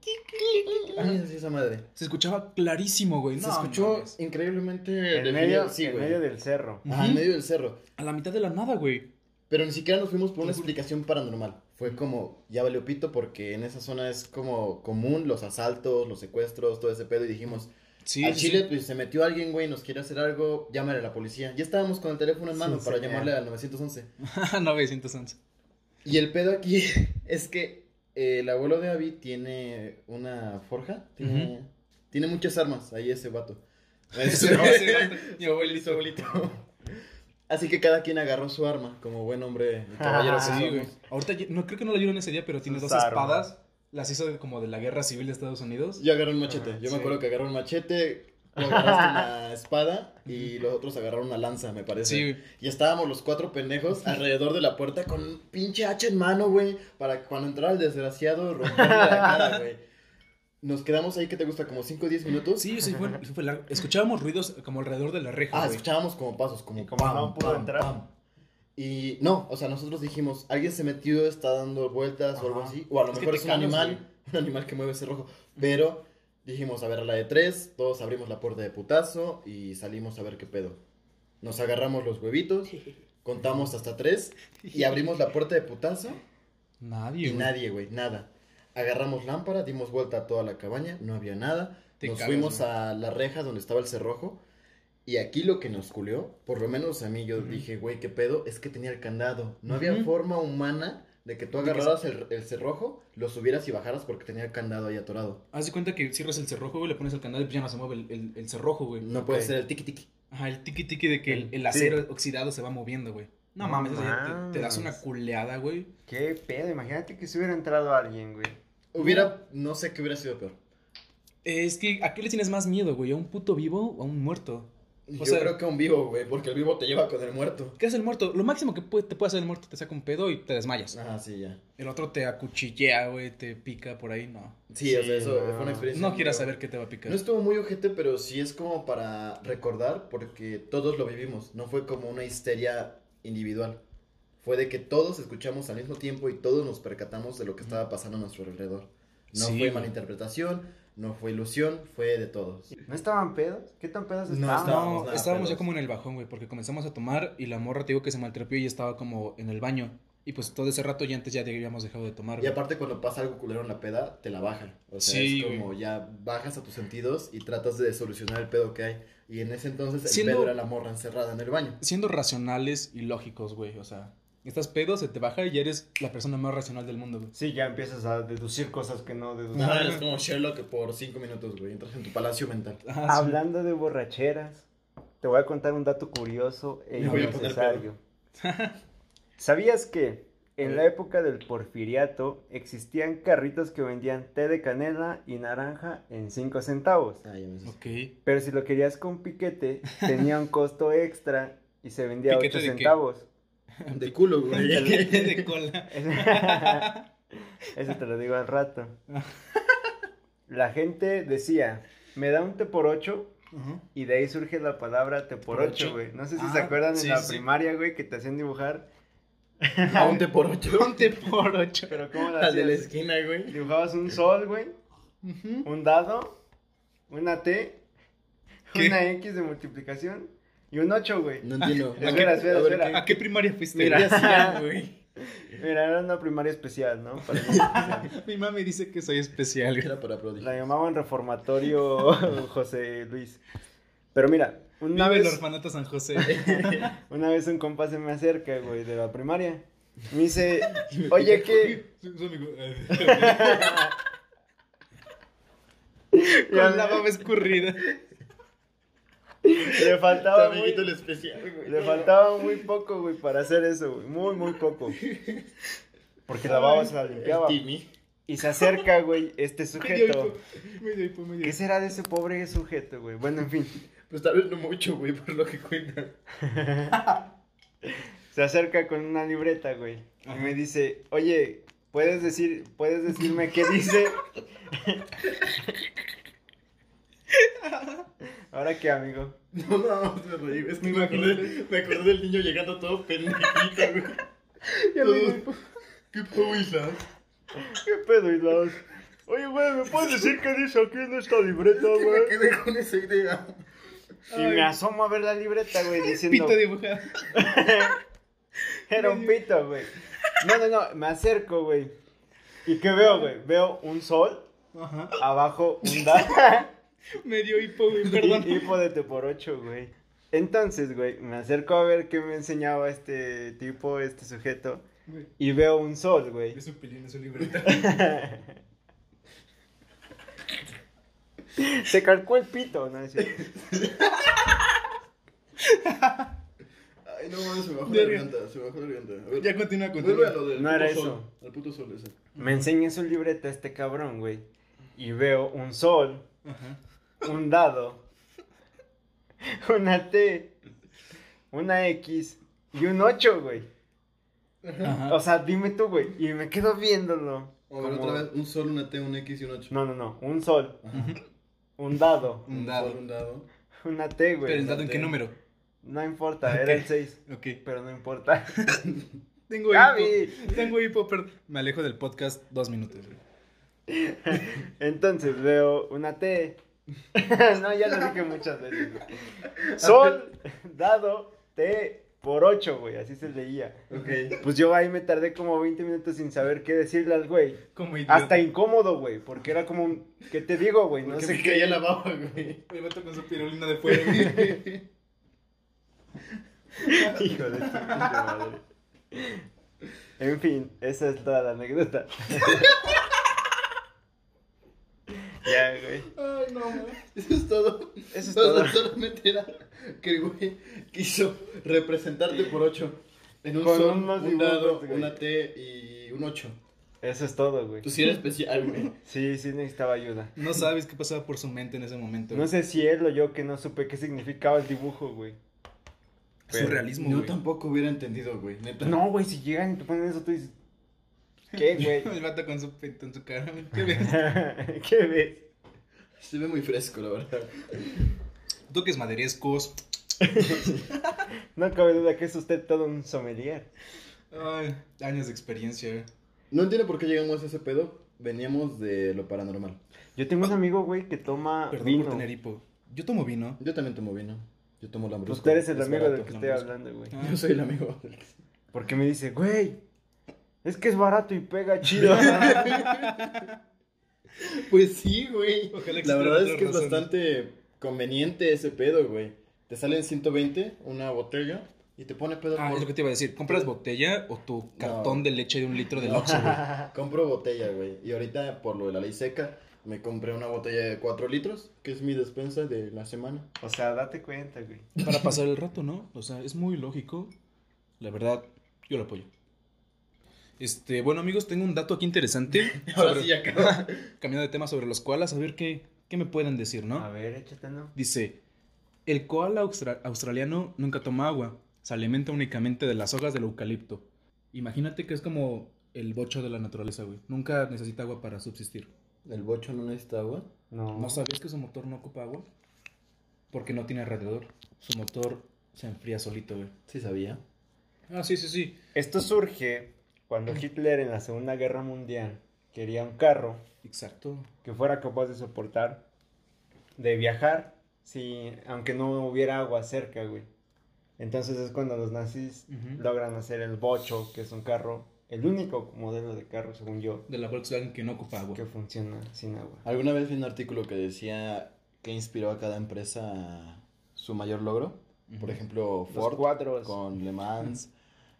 S3: Ay, así Ah, esa madre.
S2: Se escuchaba clarísimo, güey.
S3: Se
S2: No,
S3: escuchó
S2: mames.
S3: increíblemente
S1: En
S3: definido,
S1: medio,
S3: sí,
S1: en
S3: güey.
S1: medio del cerro.
S3: Ajá, en
S2: Ujú.
S3: medio del cerro.
S2: A la mitad de la nada, güey.
S3: Pero ni siquiera nos fuimos por una
S2: Ujú.
S3: explicación paranormal. Fue como, ya valió pito porque en esa zona es como común los asaltos, los secuestros, todo ese pedo. Y dijimos,
S2: Sí.
S3: al
S2: sí,
S3: Chile
S2: sí.
S3: pues se metió alguien, güey, nos quiere hacer algo, llámale a la policía. Ya estábamos con el teléfono en mano
S1: Sí,
S3: para
S1: señal.
S3: llamarle al 911.
S2: 911.
S3: Y el pedo aquí es que eh, el abuelo de Abby tiene una forja, tiene, tiene muchas armas, ahí ese vato.
S2: Ese- ese gato, Mi
S3: su
S2: abuelito.
S3: abuelito. Así que cada quien agarró su arma, como buen hombre y caballero. que
S1: Ah,
S2: Sí,
S3: somos.
S2: güey. Ahorita ya- no creo que no la dieron ese día, pero tiene
S1: Sus
S2: dos
S1: armas.
S2: espadas. Las hizo como de la guerra civil de Estados Unidos.
S3: Yo agarré un machete,
S1: Ajá,
S3: yo
S1: sí.
S3: me acuerdo que agarré un machete, tú agarraste una espada y los otros agarraron una lanza, me parece.
S2: Sí, güey.
S3: Y estábamos los cuatro pendejos alrededor de la puerta con un pinche hacha en mano, güey. Para que cuando entrara el desgraciado, romperle la cara, güey. Nos quedamos ahí, que te gusta? ¿Como 5 o 10 minutos?
S2: Sí, sí, fue, sí fue largo. Escuchábamos ruidos como alrededor de la reja,
S3: Ah,
S2: güey.
S3: escuchábamos como pasos, como
S1: Y como
S3: pam,
S1: no pudo
S3: pam,
S1: entrar.
S3: pam. Y no, o sea, nosotros dijimos, alguien se metió, está dando vueltas o algo
S2: Ajá.
S3: así. O a lo
S2: Es que
S3: mejor
S2: te
S3: es un
S2: cagas,
S3: animal, un animal que mueve ese rojo. Pero dijimos, a ver, a la de tres, todos abrimos la puerta de putazo y salimos a ver qué pedo. Nos agarramos los huevitos Contamos hasta tres y abrimos la puerta de putazo
S2: Nadie,
S3: y
S2: güey.
S3: nadie, güey, nada. Agarramos lámpara, dimos vuelta a toda la cabaña, no había nada.
S2: Te
S3: nos
S2: cagas,
S3: fuimos
S2: güey.
S3: a la reja donde estaba el cerrojo y aquí lo que nos culió, por lo menos a mí yo
S2: Ujú.
S3: dije, güey, qué pedo, es que tenía el candado. No había
S2: Ujú.
S3: forma humana de que tú
S2: De que
S3: agarraras el, el cerrojo, lo subieras y bajaras porque tenía el candado ahí atorado.
S2: Haz de cuenta que cierras el cerrojo, güey, le pones el candado y pues ya no se mueve el, el- el cerrojo, güey.
S3: No puede
S1: Ok.
S3: ser el tiki tiki.
S2: Ajá, el tiki tiki de que el, el
S1: Sí.
S2: acero oxidado se va moviendo, güey. No,
S1: No
S2: mames, o sea, ya te, te das
S1: mames.
S2: una culeada, güey.
S1: Qué pedo, imagínate que si hubiera entrado alguien, güey.
S3: Hubiera, no sé qué hubiera sido peor.
S2: Es que, ¿a qué le tienes más miedo, güey? ¿A un puto vivo o a un muerto?
S3: Yo
S2: sea-
S3: creo que a un vivo, güey, porque el vivo te lleva con el muerto.
S2: ¿Qué hace el muerto? Lo máximo que puede- te puede hacer el muerto, te saca un pedo y te desmayas.
S3: Ah, sí, ya.
S2: El otro te acuchillea, güey, te pica por ahí, no.
S3: Sí,
S1: Sí,
S3: o sea, eso
S1: no.
S3: fue una experiencia.
S2: No quieras
S3: muy-
S2: saber qué te va a picar.
S3: No estuvo muy ojete, pero sí es como para recordar porque todos lo vivimos. No fue como una histeria individual. Fue de que todos escuchamos al mismo tiempo y todos nos percatamos de lo que estaba pasando a nuestro alrededor.
S2: Sí,
S3: No fue
S2: güey.
S3: malinterpretación, no fue ilusión, fue de todos.
S1: ¿No estaban pedos? ¿Qué tan pedos
S3: No
S1: estaban?
S3: estábamos.
S2: No,
S3: nada
S2: estábamos ya
S3: pedos.
S2: como en el bajón, güey, porque comenzamos a tomar y la morra te digo que se maltrepió y estaba como en el baño. Y pues todo ese rato ya antes ya habíamos dejado de tomar,
S3: Y
S2: güey.
S3: aparte cuando pasa algo culero en la peda, te la bajan. O sea,
S2: Sí,
S3: es como ya bajas a tus sentidos y tratas de solucionar el pedo que hay. Y en ese entonces el
S2: Siendo-
S3: pedo era la morra encerrada en el baño.
S2: Siendo racionales y lógicos, güey, o sea, estás pedo, se te baja y ya eres la persona más racional del mundo, güey.
S1: Sí, ya empiezas a deducir cosas que no deducir.
S3: Nada, es como Sherlock por cinco minutos, güey. Entras en tu palacio mental.
S2: Ajá, Ah, sí.
S1: Hablando de borracheras, te voy a contar un dato curioso e
S3: Me voy a poner
S1: innecesario. ¿Sabías que en la época del porfiriato existían carritos que vendían té de canela y naranja en 5 centavos?
S3: Ah, ya me asusté.
S2: Ok.
S1: Pero si lo querías con piquete, tenía un costo extra y se vendía a 8
S2: ¿Piquete de qué?
S1: centavos.
S3: De culo, güey.
S2: de cola.
S1: Eso te lo digo al rato. La gente decía, me da un té por 8
S2: Ajá.
S1: Y de ahí surge la palabra te por
S2: Por
S1: ocho,
S2: ocho.
S1: güey. No sé si
S2: Ah,
S1: se acuerdan
S2: sí,
S1: en la
S2: sí.
S1: primaria, güey, que te hacían dibujar.
S3: A un té por ocho.
S2: Ponte por ocho.
S1: Pero ¿cómo la
S3: Al de la
S1: hacías?
S3: esquina, güey.
S1: Dibujabas un sol, güey,
S2: Ujú.
S1: un dado, una T,
S2: ¿Qué?
S1: una X de multiplicación y un 8, güey.
S3: No entiendo.
S1: Espera, espera,
S3: A ver,
S1: espera.
S2: ¿A qué primaria fuiste?
S3: ¿qué- ¿Qué
S1: Mira.
S3: hacían, güey?
S1: Mira, era una primaria especial, ¿no? Para niños especiales.
S2: Mi mami dice que soy especial. güey.
S3: Era para prodigio.
S1: la llamaban reformatorio José Luis. Pero mira, una
S2: Vive el
S1: vez,
S2: orfanato San José.
S1: una vez un compa se me acerca, güey, de la primaria. Me dice,
S3: Y me
S1: oye,
S3: pica.
S1: ¿qué?
S2: Su- su amigo, eh,
S1: Ya
S2: Con la
S1: me-
S2: baba escurrida.
S1: le
S3: Tu
S1: faltaba muy-
S3: amiguito el especial, güey.
S1: Le faltaba muy poco, güey, para hacer eso, güey. Muy, muy poco. Porque la baba se la
S3: El
S1: limpiaba.
S3: Timmy.
S1: Y se acerca, güey, este
S2: Medio
S1: sujeto.
S2: hipo, medio hipo, medio
S1: ¿Qué
S2: hipo.
S1: será de ese pobre sujeto, güey? Bueno, en fin.
S3: Pues tal vez no mucho, güey, por lo que cuentan.
S1: Se acerca con una libreta, güey. Y
S2: Ajá.
S1: me dice, oye, ¿puedes, decir, ¿puedes decirme qué dice? ¿Ahora qué, amigo?
S3: No, no, me reí. Es que me acordé, me acordé del niño llegando todo pendejito, güey. Todo- ¿Qué pausa?
S1: ¿Qué pedo, Islas? Oye, güey, ¿me puedes decir qué dice aquí en esta libreta,
S3: Me
S1: güey?
S3: quedé con esa idea.
S1: Y me asomo a ver la libreta, güey, diciendo...
S2: Pito dibujado.
S1: Era un pito, güey. No, no, no, me acerco, güey. ¿Y qué veo, güey? Veo un sol,
S2: Ajá.
S1: abajo un dado
S2: Medio hipo, güey, perdón.
S1: y hipo de te por ocho, güey. Entonces, güey, me acerco a ver qué me enseñaba este tipo, este sujeto,
S2: Güey,
S1: y veo un sol, güey.
S2: Es un pelín, es un libreta.
S1: Se calcó el pito, ¿no? Es cierto.
S3: Ay, no, mames, se me bajó la
S2: Verga.
S3: garganta, se me bajó la garganta. A ver,
S2: Ya continúa con
S3: vuelve a lo del
S1: No
S3: puto
S1: era
S3: sol,
S1: eso.
S3: Al puto sol ese.
S1: Me enseña su libreta este cabrón, güey. Y veo un sol,
S2: Ajá.
S1: un dado, una T, una X y un 8, güey.
S2: Ajá.
S1: O sea, dime tú, güey. Y me quedo viéndolo.
S3: A ver,
S1: como-
S3: otra vez, un sol, una T, un X y un 8.
S1: No, no, no. Un sol,
S3: Ajá.
S1: un dado,
S2: Un dado.
S3: sol, un dado.
S1: una T,
S2: Pero el
S1: güey.
S2: dado en qué número.
S1: No importa, era el 6.
S2: Ok.
S1: Pero no importa.
S2: Tengo
S1: Gaby.
S2: hipo. Tengo hipo, perdón. Me alejo del podcast dos minutos, güey.
S1: Entonces veo una T. no, ya lo dije muchas veces. güey. Sol, dado, T, por 8, güey, así se leía.
S3: Ok.
S1: Pues yo ahí me tardé como 20 minutos sin saber qué decirle al güey.
S2: Como idiota.
S1: Hasta incómodo, güey, porque era como un, ¿qué te digo, güey? No
S3: Porque
S1: sé
S3: me
S1: qué.
S3: caía la baba, güey.
S2: Me mato con su pirulina de fuego. güey.
S1: Hijo de su pinche madre. En fin, esa es toda la anécdota. ya, güey.
S3: Ay, no, güey. Eso es todo.
S1: Eso es
S3: O
S1: todo.
S3: sea, solamente era que el güey quiso representarte por 8. En un
S1: Con
S3: sol,
S1: un más
S3: un
S1: dibujos,
S3: dado,
S1: güey.
S3: una T y un 8.
S1: Eso es todo, güey.
S3: Tú sí eres especial, güey.
S1: Sí, sí necesitaba ayuda.
S2: No sabes qué pasaba por su mente en ese momento.
S1: No sé si él o yo que no supe qué significaba el dibujo, güey.
S2: Su realismo,
S3: Yo
S2: güey.
S3: tampoco hubiera entendido, güey. Neta.
S1: No, güey, si llegan y te ponen eso, tú dices. ¿Qué, güey?
S2: Me mato con su, pe- con su cara. ¿Qué ves?
S1: ¿Qué ves?
S3: Se ve muy fresco, la verdad.
S2: Toques maderescos.
S1: No cabe duda que es usted todo un sommelier.
S2: Ay, años de experiencia, güey.
S3: No entiendo por qué llegamos a ese pedo. Veníamos de lo paranormal.
S1: Yo tengo un amigo, güey, que toma
S2: Perdón
S1: vino.
S2: por tener hipo. Yo tomo vino.
S3: Yo también tomo vino. Yo tomo lambrusco.
S1: Usted es Pues el
S3: es
S1: amigo
S3: barato.
S1: del que estoy
S2: Lambrusco.
S1: hablando, güey.
S2: Ah,
S3: Yo soy el amigo. del que-
S1: Porque me dice, güey, es que es barato y pega chido.
S3: Pues sí, güey.
S2: Ojalá
S3: La
S2: existieran
S3: verdad es
S2: otras
S3: que es
S2: razones.
S3: bastante conveniente ese pedo, güey. Te salen 120, una botella, y te pone pedo
S2: Ah,
S3: por-
S2: es lo que te iba a decir. ¿Compras botella o tu cartón de leche de un litro de
S3: No.
S2: Oxxo, güey?
S3: Compro botella, güey. Y ahorita, por lo de la ley seca, me compré una botella de 4 litros, que es mi despensa de la semana.
S1: o sea, date cuenta, güey.
S2: Para pasar el rato, ¿no? O sea, es muy lógico. La verdad, yo lo apoyo. Este, bueno, amigos, tengo un dato aquí interesante. sobre-
S3: acá.
S2: Cambiando de tema sobre los koalas, a ver qué, qué me pueden decir,
S1: A
S2: ¿no?
S1: ver, échatelo.
S2: Dice, el koala austra- australiano nunca toma agua, se alimenta únicamente de las hojas del eucalipto. Imagínate que es como el bocho de la naturaleza, güey. Nunca necesita agua para subsistir.
S3: ¿El bocho no necesita agua?
S1: No.
S2: ¿No sabías que su motor no ocupa agua? Porque no tiene alrededor. Su motor se enfría solito, güey.
S3: Sí sabía.
S2: Ah, sí, sí, sí.
S1: Esto surge cuando Hitler en la Segunda Guerra Mundial quería un carro
S2: Exacto.
S1: que fuera capaz de soportar, de viajar, si, aunque no hubiera agua cerca, güey. Entonces es cuando los nazis
S2: Ujú.
S1: logran hacer el bocho, que es un carro, el único modelo de carro, según yo,
S2: De la Volkswagen que no ocupa agua.
S1: que funciona sin agua.
S3: ¿Alguna vez vi un artículo que decía que inspiró a cada empresa su mayor logro? Por
S2: Ujú.
S3: ejemplo,
S1: Los
S3: Ford
S1: cuadros.
S3: con Le Mans,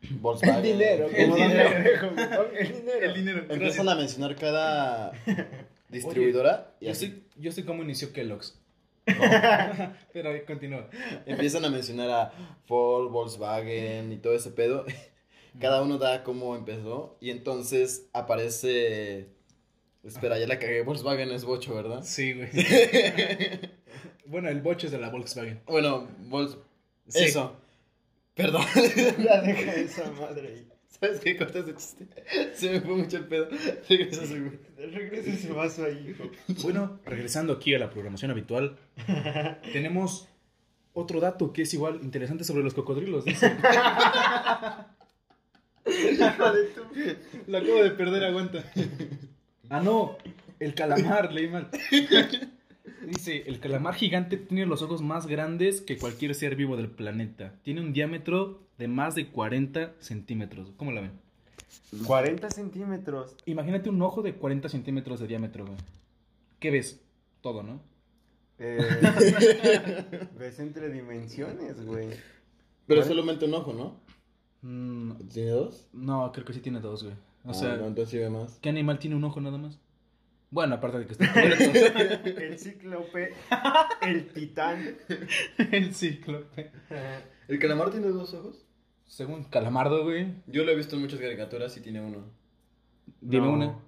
S1: El
S3: Volkswagen.
S1: dinero,
S3: El
S1: como don
S3: dinero.
S1: Cangrejo, güey, pon el dinero.
S2: dinero.
S3: Empiezan a mencionar cada distribuidora y
S2: Yo
S3: así
S2: sé, yo sé cómo inició Kellogg's. Pero ahí continúa.
S3: empiezan a mencionar a Ford, Volkswagen y todo ese pedo. Cada uno da cómo empezó y entonces aparece... Espera, ya la cagué. Volkswagen es bocho, ¿verdad?
S2: Sí, güey. bueno, el boche es de la Volkswagen.
S3: Bueno, Volks...
S2: Sí.
S3: Eso. Perdón.
S1: Ya deja esa madre ahí.
S3: ¿Sabes qué? Corta ese chiste. Se me fue mucho el pedo. Regresa ese güey.
S1: Regresa ese vaso ahí, hijo.
S2: Bueno, regresando aquí a la programación habitual, tenemos otro dato que es igual interesante sobre los cocodrilos. dice.
S1: Hijo de tu-
S2: Lo acabo de perder, aguanta. Ah, no, el calamar, leí mal. Dice, el calamar gigante tiene los ojos más grandes que cualquier ser vivo del planeta. Tiene un diámetro de más de 40 centímetros. ¿Cómo la ven?
S1: 40 centímetros.
S2: Imagínate un ojo de 40 centímetros de diámetro, güey. ¿Qué ves? Todo, ¿no?
S1: Eh, ves entre dimensiones, güey.
S3: Pero
S1: ¿Vale?
S3: solamente un ojo, ¿no?
S2: Mm,
S3: ¿Tiene dos?
S2: no, creo que sí tiene dos, güey. O
S3: Ah,
S2: sea,
S3: no, entonces sí ve más.
S2: ¿qué animal tiene un ojo nada más? Bueno, aparte de que está muerto.
S1: El cíclope, el titán.
S2: el cíclope.
S3: ¿El calamar tiene dos ojos?
S2: Según Calamardo, güey.
S3: Yo lo he visto en muchas caricaturas y tiene uno.
S2: Dime
S1: No.
S2: una.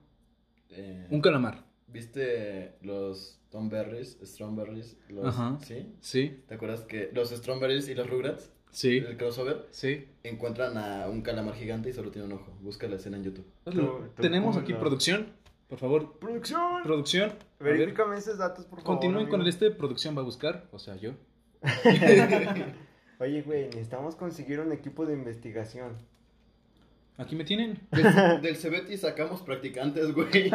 S3: Eh,
S2: Un calamar.
S3: ¿Viste los Tom Berries, Stromberries? Los,
S2: Ajá.
S3: ¿Sí?
S2: Sí,
S3: ¿Te acuerdas que los Stromberries y los Rugrats,
S2: sí,
S3: el crossover,
S2: sí.
S3: encuentran a un calamar gigante y solo tiene un ojo? Busca la escena en YouTube.
S1: Tu- tu
S2: Tenemos
S1: culo.
S2: aquí producción. Por favor,
S1: Producción.
S2: producción. A ver,
S1: Verifícame esos datos, por favor.
S2: Continúen con el
S1: amigo.
S2: este. Producción va a buscar. O sea, yo.
S1: Oye, güey, necesitamos conseguir un equipo de investigación.
S2: Aquí me tienen.
S3: Del, del Cebeti sacamos practicantes, güey.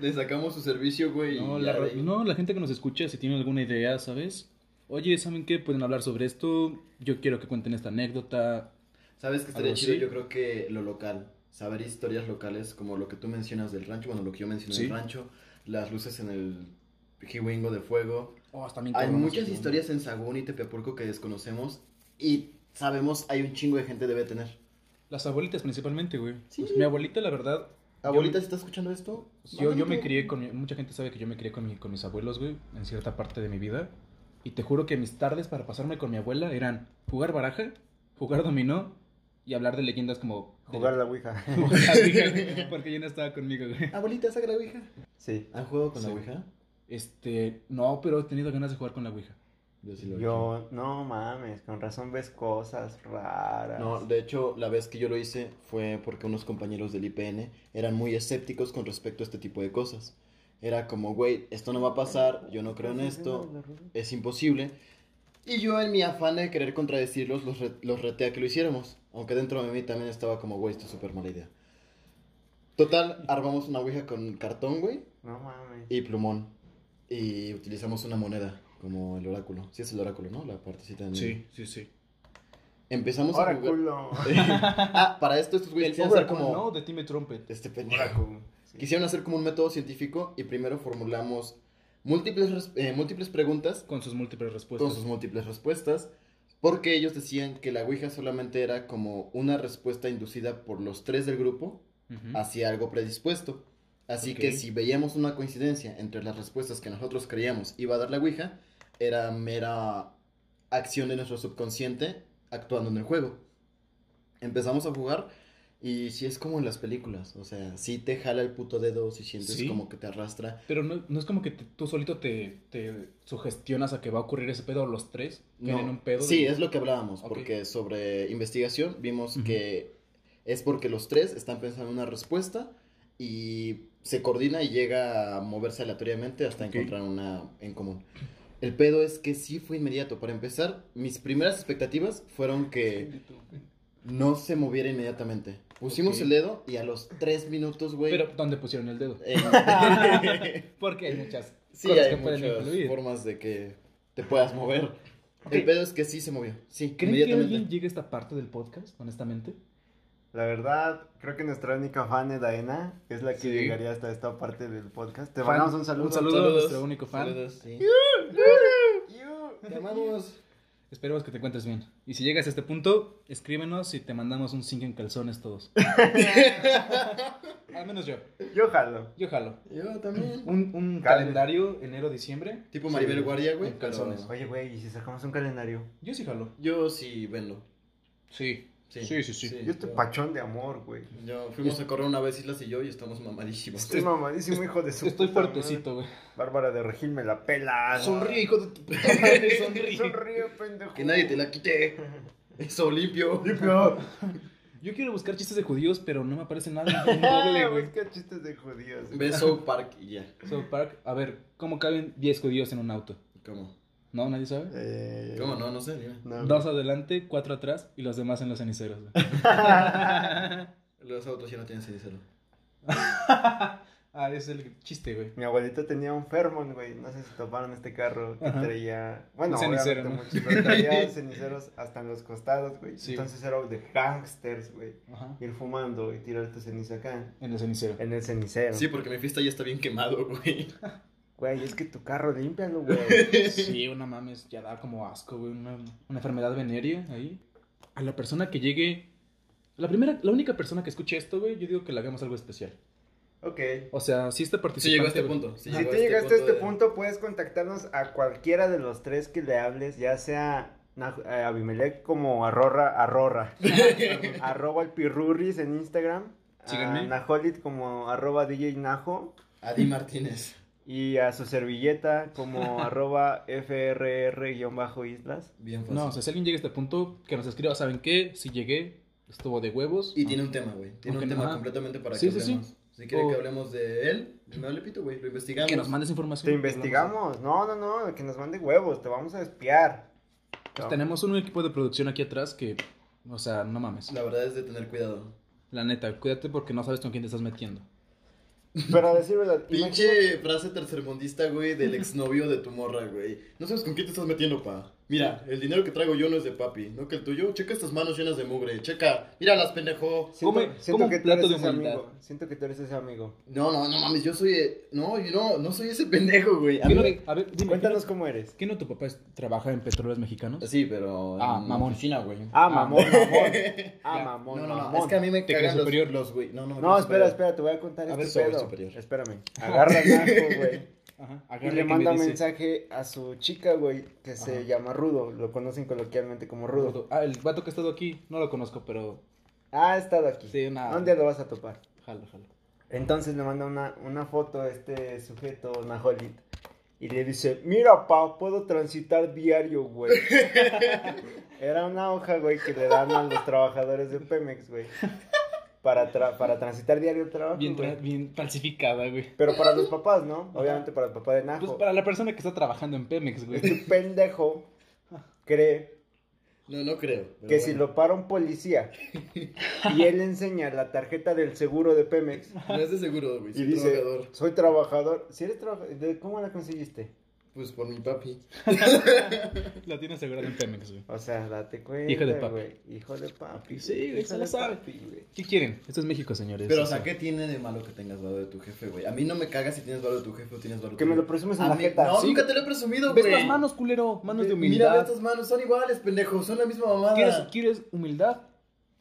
S3: Le sacamos su servicio, güey. y
S2: No
S3: ya
S2: la,
S3: de
S2: ra-
S3: ahí-
S2: no, la gente que nos escucha, si tiene alguna idea, ¿sabes? oye, ¿saben qué? Pueden hablar sobre esto. Yo quiero que cuenten esta anécdota.
S3: ¿Sabes qué estaría
S2: Algo
S3: chido?
S2: así.
S3: Yo creo que lo local, saber historias locales como lo que tú mencionas del rancho, bueno, lo que yo mencioné del
S2: Sí.
S3: rancho, las luces en el Jiwingo de fuego.
S2: Oh, está bien
S3: Hay
S2: cabrón
S3: muchas
S2: eso, ¿no?
S3: historias en Sagún y Tepeapurco que desconocemos y sabemos hay un chingo de gente debe tener.
S2: Las abuelitas principalmente, güey.
S3: Sí.
S2: Pues mi abuelita, la verdad, pues,
S3: Abuelita, si estás escuchando esto,
S2: yo, yo me
S3: mándame.
S2: crié con... mi- Mucha gente sabe que yo me crié con, mi- con mis abuelos, güey, en cierta parte de mi vida. Y te juro que mis tardes para pasarme con mi abuela eran jugar baraja, jugar dominó y hablar de leyendas como... de-
S1: Jugar la Ouija.
S2: jugar la Ouija, porque yo no estaba conmigo, güey.
S3: Abuelita, saca la Ouija.
S1: Sí.
S3: ¿Han jugado con
S2: Sí.
S3: la Ouija?
S2: Este, no, pero he tenido ganas de jugar con la Ouija.
S3: Yo sí lo he hecho.
S1: Yo, no mames, con razón ves cosas raras.
S3: No, de hecho, la vez que yo lo hice fue porque unos compañeros del IPN eran muy escépticos con respecto a este tipo de cosas. Era como, güey, esto no va a pasar, yo no creo en esto, es imposible. Y yo en mi afán de querer contradecirlos, los, re- los reté a que lo hiciéramos. Aunque dentro de mí también estaba como, güey, esto es súper mala idea. Total, armamos una ouija con cartón, güey,
S1: No mames.
S3: y plumón. Y utilizamos una moneda como el oráculo. Sí es el oráculo, ¿no? La partecita en...
S2: sí, sí.
S3: Empezamos a jugar...
S1: Oráculo.
S3: ah, para esto estos güeyes
S2: El
S3: quisieron hacer como...
S2: ¿no? De Timmy Trumpet.
S3: Este pendejo.
S1: Oráculo. Sí.
S3: Quisieron hacer como un método científico y primero formulamos múltiples, res- eh, múltiples preguntas
S2: Con sus múltiples respuestas.
S3: con sus múltiples respuestas, porque ellos decían que la Ouija solamente era como una respuesta inducida por los tres del grupo
S2: Ujú.
S3: hacia algo predispuesto. Así
S2: Ok.
S3: que si veíamos una coincidencia entre las respuestas que nosotros creíamos iba a dar la Ouija, era mera acción de nuestro subconsciente actuando en el juego. Empezamos a jugar y si es como en las películas, o sea, si te jala el puto dedo, si sientes
S2: Sí.
S3: como que te arrastra.
S2: Pero no, no es como que te- tú solito te, te sugestionas a que va a ocurrir ese pedo o los tres
S3: No.
S2: tienen un pedo.
S3: Sí,
S2: de-
S3: es lo que hablábamos,
S2: Ok.
S3: porque sobre investigación vimos
S2: Ujú.
S3: que es porque los tres están pensando en una respuesta y se coordina y llega a moverse aleatoriamente hasta
S2: Ok.
S3: encontrar una en común. El pedo es que sí fue inmediato. Para empezar, mis primeras expectativas fueron que no se moviera inmediatamente. Pusimos
S2: Ok.
S3: el dedo y a los tres minutos, güey.
S2: Pero ¿dónde pusieron el dedo?
S3: eh,
S2: Porque hay muchas
S3: Sí,
S2: cosas
S3: hay
S2: que pueden
S3: muchas
S2: influir.
S3: formas de que te puedas mover. El
S2: Ok.
S3: pedo es que sí se movió. Sí,
S2: ¿Creen que
S3: inmediatamente.
S2: alguien llegue a esta parte del podcast, honestamente?
S1: La verdad, creo que nuestra única fan Edaena es la que
S2: Sí.
S1: llegaría hasta esta parte del podcast. Te
S2: Fan,
S1: mandamos un saludo.
S2: un saludo. a nuestro único fan.
S3: Saludos, sí.
S1: You.
S3: Te amamos.
S2: Esperemos que te encuentres bien. Y si llegas a este punto, escríbenos y te mandamos un 5 en calzones todos. Al menos yo.
S1: Yo jalo.
S2: Yo jalo.
S3: Yo también.
S2: Un, un calendario enero-diciembre.
S3: Tipo Maribel Guardia, güey.
S2: En calzones.
S1: Oye, güey, ¿y si sacamos un calendario?
S2: Yo sí jalo.
S3: pero Yo sí vendo.
S2: Sí.
S3: Sí,
S2: Sí, sí, sí.
S1: Yo estoy
S3: Este-
S1: pachón de amor, güey.
S3: Yo fuimos a correr una vez Islas y yo y estamos mamadísimos.
S1: Estoy mamadísimo, hijo de su
S2: Estoy
S1: puta madre.
S2: fuertecito, güey.
S1: Bárbara de Regil me la pela.
S2: hijo de tu puta madre,
S1: Sonríe, pendejo.
S3: Que nadie te la quite. Eso limpio.
S1: Limpio.
S2: Yo quiero buscar chistes de judíos, pero no me aparece nada en Google, güey.
S1: Busca chistes de judíos.
S3: Ve South Park y ya.
S2: South Park, a ver, ¿cómo caben 10 judíos en un auto?
S3: ¿Cómo?
S2: ¿No? ¿Nadie sabe?
S1: Eh,
S3: ¿Cómo? No, no sé. dime.
S1: No.
S2: Dos adelante, cuatro atrás y los demás en los ceniceros. güey.
S3: Los autos ya no tienen cenicero.
S2: ah, es el chiste, güey.
S1: Mi abuelito tenía un Fermon, güey. No sé si toparon este carro que
S2: Ajá.
S1: traía. Bueno,
S2: Un cenicero,
S1: obviamente
S2: ¿no?
S1: muchos, pero traía ceniceros hasta en los costados, güey.
S2: Sí.
S1: Entonces era de gangsters, güey.
S2: Ajá.
S1: Ir fumando y tirar tu ceniza acá.
S2: En el cenicero.
S1: En el cenicero.
S3: Sí, porque mi fiesta ya está bien quemado, güey.
S1: Güey, es que tu carro límpialo, güey.
S2: Sí, una mames, ya da como asco, güey. Una, una enfermedad venérea ahí. A la persona que llegue. La primera, la única persona que escuche esto, güey, yo digo que le hagamos algo especial.
S1: ok.
S2: O sea, si este
S3: Sí
S2: participante.
S3: llegó a este
S2: güey,
S3: punto. sí
S1: si
S3: llegó
S1: tú llegaste a este
S3: de-
S1: punto, puedes contactarnos a cualquiera de los tres que le hables, ya sea Na- eh, Abimelech como Arrorra, Arrorra, arroba el Pirurris en Instagram, a
S2: Síganme.
S1: Najolit como arroba DJ Najo
S3: Adi Martínez.
S1: y a su servilleta como arroba FRR-islas.
S3: Bien fácil.
S2: No, o sea, si alguien llega a este punto, que nos escriba, ¿saben qué? Si llegué, estuvo de huevos.
S3: Y tiene un tema, güey. Tiene
S2: Aunque
S3: un
S2: no-
S3: tema
S2: Ah. ajá.
S3: completamente para
S2: Sí,
S3: que
S2: sí, sí.
S3: hablemos. Si quiere que
S2: O-
S3: hablemos de él, no le pito, güey. Lo investigamos.
S2: Ah, Que nos mandes información.
S1: Te investigamos, no, no, no, que nos mande huevos, te vamos a espiar.
S2: Pues tenemos un equipo de producción aquí atrás que, o sea, no mames.
S3: La verdad es de tener cuidado.
S2: La neta, cuídate porque no sabes con quién te estás metiendo.
S1: Pero a decir verdad, imagínate-
S3: Pinche frase tercermundista, güey, del exnovio de tu morra, güey. No sabes con quién te estás metiendo, pa. Mira, el dinero que traigo yo no es de papi, no que el tuyo. Checa estas manos llenas de mugre. Checa, míralas, pendejo.
S1: siento,
S2: come-
S1: siento
S2: come un
S1: que tú
S2: plato
S1: eres
S2: de
S1: ese
S2: humildad.
S1: amigo. Siento que tú eres ese amigo.
S3: No, no, no mames, yo soy. eh, No, yo no, no soy ese pendejo, güey. A mí-
S2: ¿Qué no- a ver, dime.
S1: Cuéntanos
S2: ¿qué
S1: cómo eres.
S2: no, qué no tu papá es- trabaja en petróleos mexicanos?
S3: Sí, pero.
S2: Ah, mamón.
S3: China, güey.
S1: Ah, mamón, mamón. Ah,
S2: Ya,
S1: mamón,
S3: no, no, no,
S1: mamón.
S3: es que a mí me
S2: Te
S3: cagan
S2: crees superior.
S3: los, los güey. No, no,
S1: No,
S3: me creo
S1: espera,
S3: superior.
S1: espera, te voy a contar este
S3: A ver, sobre,
S1: pedo.
S3: superior.
S1: Espérame. Agarra el naco, güey.
S2: Ajá.
S1: Y
S2: agarra
S1: le
S2: que
S1: manda
S2: me dice-
S1: mensaje a su chica, güey, que
S2: Ajá.
S1: se llama Rudo. Lo conocen coloquialmente como Rudo.
S2: Rudo. Ah, el vato que ha estado aquí, no lo conozco, pero
S1: Ah, ha estado aquí.
S2: sí, una...
S1: ¿Dónde lo vas a topar?
S2: Jalo, jalo.
S1: Entonces le manda una, una foto a este sujeto, Naholit. Y le dice, mira, pa, puedo transitar diario, güey. Era una hoja, güey, que le dan a los trabajadores de Pemex, güey. Para, tra- para transitar diario el trabajo,
S2: Bien, tra-
S1: güey.
S2: bien falsificada, güey.
S1: Pero para los papás, ¿no?
S2: Ajá.
S1: Obviamente para el papá de Najo.
S2: Pues para la persona que está trabajando en Pemex, güey.
S1: Este pendejo cree
S3: No, no creo. pero
S1: que
S3: bueno.
S1: si lo para un policía y él enseña la tarjeta del seguro de Pemex
S3: No es de seguro, güey.
S1: y
S3: Soy
S1: dice,
S3: trabajador.
S1: soy trabajador, si eres trabajador, ¿de ¿cómo la conseguiste?
S3: Pues por mi papi.
S2: La tiene asegurada en Pemex, güey.
S1: O sea, date cuenta,
S2: Hijo de papi.
S1: güey. Hijo de papi.
S2: Sí, güey,
S1: hijo
S2: se la
S1: de
S2: sabe.
S1: papi, güey.
S2: ¿Qué quieren? Esto es México, señores.
S3: Pero, o
S2: O
S3: sea,
S2: sea,
S3: ¿qué tiene de malo que tengas valor de tu jefe, güey? A mí no me caga si tienes valor de tu jefe o tienes valor de
S1: Que
S3: tu
S1: me lo
S3: jefe.
S1: presumes en
S3: A
S1: la
S3: mí-
S1: jeta.
S3: No,
S2: Sí.
S3: nunca te lo he presumido, güey. Eh,
S2: ¿Ves las manos, culero? Manos de
S3: Mira, ve
S2: humildad.
S3: estas manos, son iguales, pendejo. Son la misma mamada.
S2: ¿Quieres, ¿Quieres humildad?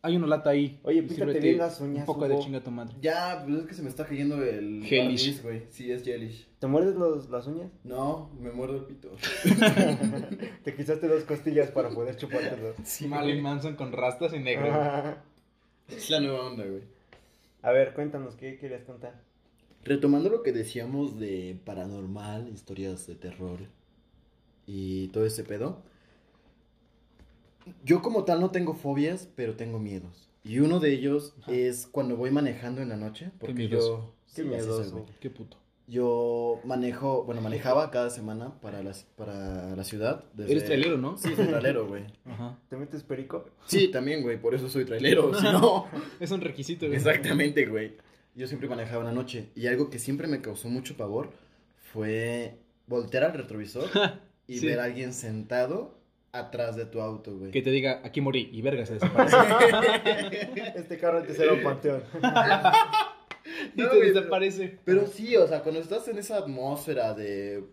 S2: Hay una lata ahí.
S1: Oye,
S2: Y
S3: pues,
S1: pícate
S2: sírvete
S1: bien las uñas,
S2: Un poco
S1: Hugo.
S2: de chinga tu madre.
S3: Ya, pues es que se me está cayendo el.
S2: Gelish.
S3: barniz, güey. Sí, es gelish.
S1: ¿Te muerdes los- las uñas?
S3: No, me muerdo el pito.
S1: Te quitaste dos costillas para poder chupártelos.
S2: Sí, Marilyn Manson con rastas y negro.
S1: Ajá.
S3: Es la nueva onda, güey.
S1: A ver, cuéntanos, ¿qué querías contar?
S3: Retomando lo que decíamos de paranormal, historias de terror y todo ese pedo. Yo como tal no tengo fobias, pero tengo miedos. Y uno de ellos es cuando voy manejando en la noche, porque yo...
S2: miedoso.
S1: Qué
S3: sí, así soy,
S1: miedoso.
S3: güey.
S2: Qué puto.
S3: Yo manejo, bueno, manejaba cada semana para la, para la ciudad. desde-
S2: Eres trailero, ¿no?
S3: Sí, soy trailero, güey.
S2: Ajá.
S1: ¿Te metes perico?
S3: Sí, también, güey, por eso soy trailero, si no...
S2: Es un requisito, güey.
S3: Exactamente, güey. Yo siempre manejaba en la noche y algo que siempre me causó mucho pavor fue voltear al retrovisor y
S2: Sí.
S3: ver a alguien sentado atrás de tu auto, güey.
S2: Que te diga, aquí morí, y verga se desaparece.
S1: Este carro antes era un panteón.
S2: y
S3: No,
S2: te
S3: güey,
S2: desaparece.
S3: Pero sí, o sea, cuando estás en esa atmósfera de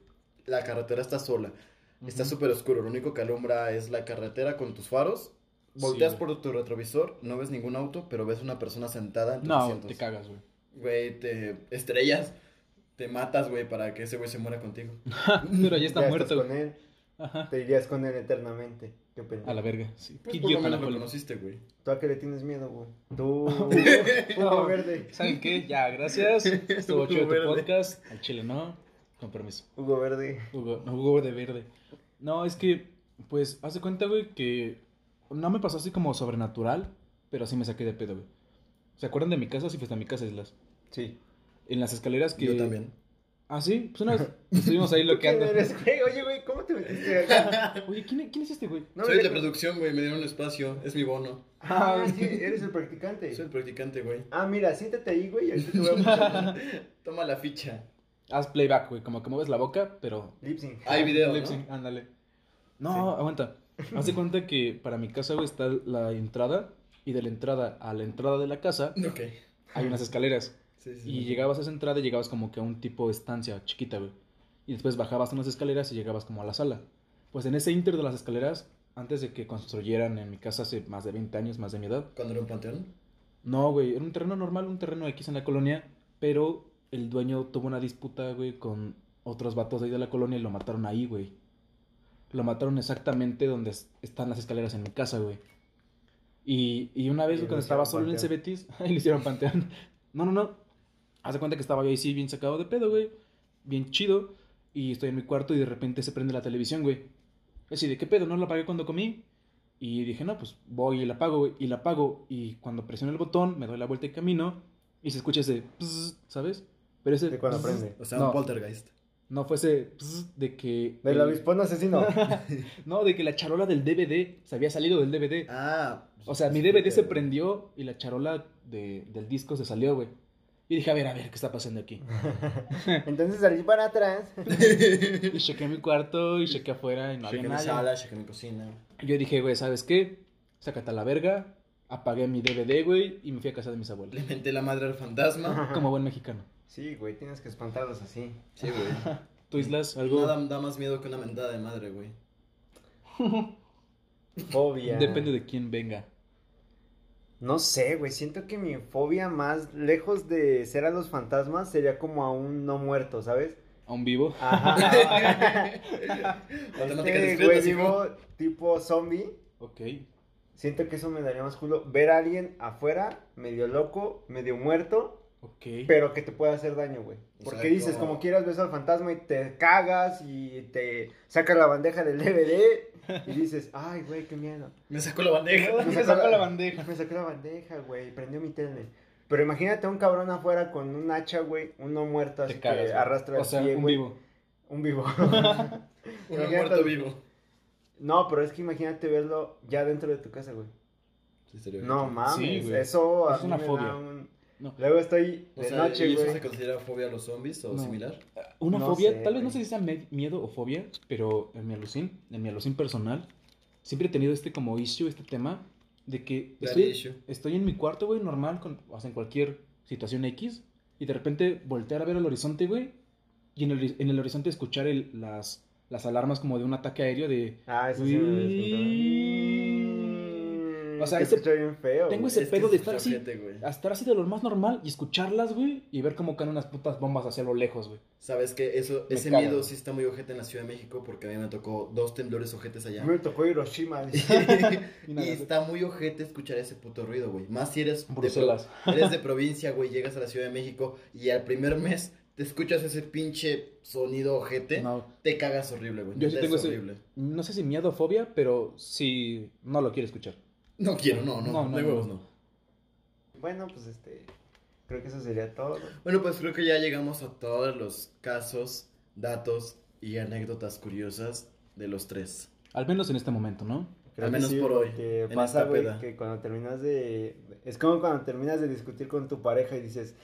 S3: la carretera está sola, está
S2: Ujú.
S3: súper oscuro, lo único que alumbra es la carretera con tus faros.
S2: Sí,
S3: Volteas
S2: güey.
S3: por tu retrovisor, no ves ningún auto, pero ves una persona sentada en tus
S2: No,
S3: asientos.
S2: te cagas, güey.
S3: Güey, te estrellas, te matas, güey, para que ese güey se muera contigo.
S2: Pero ya está
S1: Ya
S2: muerto,
S1: estás con
S2: güey.
S1: él,
S2: Ajá.
S1: te irías con él eternamente. Qué pendejo.
S2: A la verga, sí.
S3: Pues
S2: Qué
S3: por lo
S2: idiota la
S3: menos lo
S2: poli-
S3: conociste, güey.
S1: ¿Tú a qué le tienes miedo, güey? Tú, puro verde.
S2: ¿Saben qué? Ya, gracias. Estuvo chido tu
S3: Verde.
S2: podcast. Al chile, ¿no? Con permiso.
S1: Hugo Verde.
S2: Hugo, no, Hugo de verde. No, es que, pues, hace cuenta, güey, que no me pasó así como sobrenatural, pero sí me saqué de pedo, güey. ¿Se acuerdan de mi casa? Sí, pues, de mi casa, Islas.
S1: Sí.
S2: En las escaleras que...
S3: Yo también.
S2: Ah, sí, pues una vez estuvimos ahí
S1: ¿Quién
S2: loqueando.
S1: eres, güey? Oye, güey, ¿cómo te metiste acá?
S2: Oye, ¿quién, quién es este, güey?
S1: No,
S3: Soy el de
S1: güey.
S3: producción, güey, me dieron un espacio, es mi bono.
S1: Ah, sí, eres el practicante.
S3: Soy el practicante, güey.
S1: Ah, mira, siéntate ahí, güey. Ahorita te voy a mostrar.
S3: Toma la ficha.
S2: Haz playback, güey, como que mueves la boca, pero...
S1: Lip sync.
S3: Hay video,
S2: Lip
S3: ¿no?
S2: sync, ándale. No,
S1: Sí.
S2: aguanta. Haz de cuenta que para mi casa, güey, está la entrada, y de la entrada a la entrada de la casa
S3: Ok.
S2: hay unas escaleras.
S3: Sí, sí.
S2: Y llegabas a esa entrada y llegabas como que a un tipo de estancia chiquita, güey. Y después bajabas unas escaleras y llegabas como a la sala. Pues en ese inter de las escaleras, antes de que construyeran en mi casa hace más de 20 años, más de mi edad.
S3: ¿Cuándo era un panteón?
S2: No, güey, era un terreno normal, un terreno X en la colonia, pero el dueño tuvo una disputa, güey, con otros vatos de ahí de la colonia y lo mataron ahí, güey. Lo mataron exactamente donde es- están las escaleras en mi casa, güey. Y, y una
S1: Y
S2: vez, güey,
S1: lo
S2: cuando estaba
S1: hicieron
S2: solo en el Cebetis, y le hicieron panteón. No, no, no. Hace cuenta que estaba yo ahí, sí, bien sacado de pedo, güey. Bien chido. Y estoy en mi cuarto y de repente se prende la televisión, güey. Así de, ¿qué pedo? ¿No la apagué cuando comí? Y dije, no, pues voy y la apago, güey. Y la apago. Y cuando presiono el botón, me doy la vuelta y camino. Y se escucha ese, pss, ¿sabes? Pero ese.
S1: De cuando
S2: pss,
S1: prende.
S3: O sea,
S2: No.
S3: un poltergeist.
S2: No fue ese pss de que.
S1: Del
S2: el-
S1: avispón asesino.
S2: No, de que la charola del DVD se había salido del DVD.
S3: Ah.
S2: O sea, mi DVD se prendió y la charola de- del disco se salió, güey. Y dije, a ver, a ver, ¿qué está pasando aquí?
S1: Entonces salí para atrás.
S2: Y chequé mi cuarto y chequé afuera y no
S3: chequé
S2: había
S3: mi
S2: nadie.
S3: sala, chequé mi cocina.
S2: Y yo dije, güey, ¿sabes qué? Sácate a la verga. Apagué mi DVD, güey, y me fui a casa de mis
S3: Le
S2: abuelos.
S3: menté la madre al fantasma.
S2: Como buen mexicano.
S1: Sí, güey, tienes que espantarlos así.
S3: Sí, güey.
S2: ¿Tú, Islas, algo?
S3: Nada da más miedo que una mentada de madre, güey.
S1: Fobia.
S2: Depende de quién venga.
S1: No sé, güey, siento que mi fobia más lejos de ser a los fantasmas sería como a un no muerto, ¿sabes?
S2: ¿A un vivo?
S1: Ajá.
S3: Matemática
S1: este
S3: discreta,
S1: güey
S3: sí,
S1: vivo tipo zombie.
S2: Ok.
S1: Siento que eso me daría más culo. Ver a alguien afuera, medio loco, medio muerto,
S2: Ok.
S1: pero que te pueda hacer daño, güey.
S3: O
S1: Porque
S3: sea,
S1: dices,
S3: como-
S1: como quieras, ves al fantasma y te cagas y te sacas la bandeja del DVD y dices, ay, güey, qué miedo.
S3: Me sacó la bandeja.
S1: Me sacó la
S2: bandeja.
S1: Me saqué la bandeja, güey, prendió mi tele. Pero imagínate a un cabrón afuera con un hacha, güey, uno muerto, así
S2: Te cagas.
S1: que
S2: güey.
S1: arrastra el
S2: O sea,
S1: pie,
S2: un
S1: güey.
S2: vivo.
S1: Un vivo.
S3: Un muerto vivo.
S1: no, pero es que imagínate verlo ya dentro de tu casa, güey. No mames,
S2: güey.
S1: eso a
S2: Es
S1: mí
S2: una
S1: me
S2: fobia.
S1: da un-
S2: No.
S1: Luego estoy de
S3: O sea,
S1: noche,
S3: ¿y eso se
S1: güey.
S3: considera fobia a los zombies o
S2: No.
S3: similar?
S2: Una
S1: No
S2: fobia,
S1: sé,
S2: tal vez no
S1: güey.
S2: sé si sea me- miedo o fobia, pero en mi alucín, en mi alucín personal, siempre he tenido este como issue, este tema, de que
S3: Daddy
S2: estoy,
S3: issue.
S2: estoy en mi cuarto, güey, normal, con, o sea, en cualquier situación X, y de repente voltear a ver el horizonte, güey, y en el, hori- en el horizonte escuchar el- las, las alarmas como de un ataque aéreo de...
S1: Ah, eso sí me despierta.
S2: O sea,
S1: Que
S2: ese-
S1: escucha bien feo.
S2: tengo
S1: güey.
S2: ese- pedo de estar así.
S3: así.
S2: Estar así de lo más normal y escucharlas, güey, y ver cómo caen unas putas bombas hacia lo lejos, güey.
S3: Sabes que eso,
S2: Me
S3: ese
S2: caga,
S3: miedo
S2: güey.
S3: sí está muy ojete en la Ciudad de México porque a mí me tocó dos temblores ojetes allá.
S1: Me tocó Hiroshima. dice.
S2: Y
S3: y
S2: nada,
S3: está muy ojete escuchar ese puto ruido, güey. Más si eres de, pro-
S2: Bruselas.
S3: eres de provincia, güey, llegas a la Ciudad de México y al primer mes te escuchas ese pinche sonido ojete,
S2: No,
S3: te cagas horrible, güey.
S2: Yo sí
S3: Neta,
S2: tengo
S3: es
S2: ese-
S3: horrible.
S2: no sé si miedo o fobia, pero sí, no lo quiero escuchar.
S3: No quiero, no, no,
S2: No,
S3: no,
S2: no,
S3: de huevos,
S2: no.
S3: no.
S1: bueno, pues este. Creo que eso sería todo.
S3: Bueno, pues creo que ya llegamos a todos los casos, datos y anécdotas curiosas de los tres.
S2: Al menos en este momento, ¿no?
S1: Creo
S3: Al
S1: que
S3: menos por hoy,
S1: porque
S3: en
S1: pasa,
S3: esta
S1: güey,
S3: peda.
S1: que cuando terminas de. Es como cuando terminas de discutir con tu pareja y dices,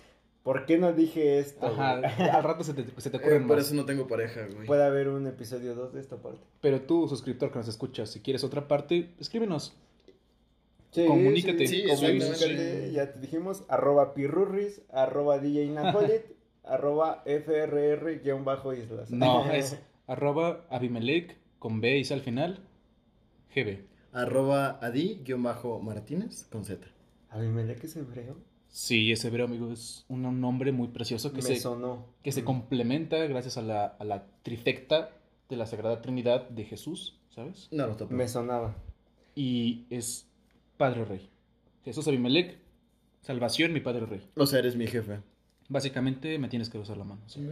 S1: ¿por qué no dije esto? güey?"
S2: Ajá, al rato se te, se te
S3: Eh,
S2: ocurren
S3: por
S2: más.
S3: eso no tengo pareja, güey.
S1: Puede haber un episodio 2 de esta parte.
S2: Pero tú, suscriptor que nos escuchas, si quieres otra parte, escríbenos.
S1: Sí,
S2: Comunícate,
S1: sí,
S3: sí, exactamente.
S1: comunícate, Ya te dijimos, arroba pirurris, arroba DJ Napolit, arroba FRR-islas.
S2: No, es arroba abimelec con B y C al final, GB.
S3: Arroba adi-martínez con Z.
S1: A mí me le que es hebreo.
S2: Sí, ese hebreo, amigo, es un nombre muy precioso
S1: Me
S2: que se,
S1: sonó.
S2: que
S3: Mm.
S2: se complementa gracias a la, a la trifecta de la Sagrada Trinidad de Jesús, ¿sabes?
S3: No lo topo.
S1: Me sonaba.
S2: Y es Padre Rey. Jesús Abimelec, salvación, mi Padre Rey.
S3: O sea, eres mi jefe.
S2: Básicamente me tienes que besar la mano. o sea,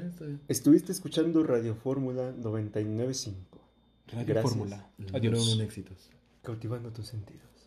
S1: Estuviste escuchando Radio Fórmula 99.5,
S2: Radio
S1: Gracias.
S2: Fórmula.
S3: Adiós.
S2: Adiós.
S3: éxitos.
S1: cautivando tus sentidos.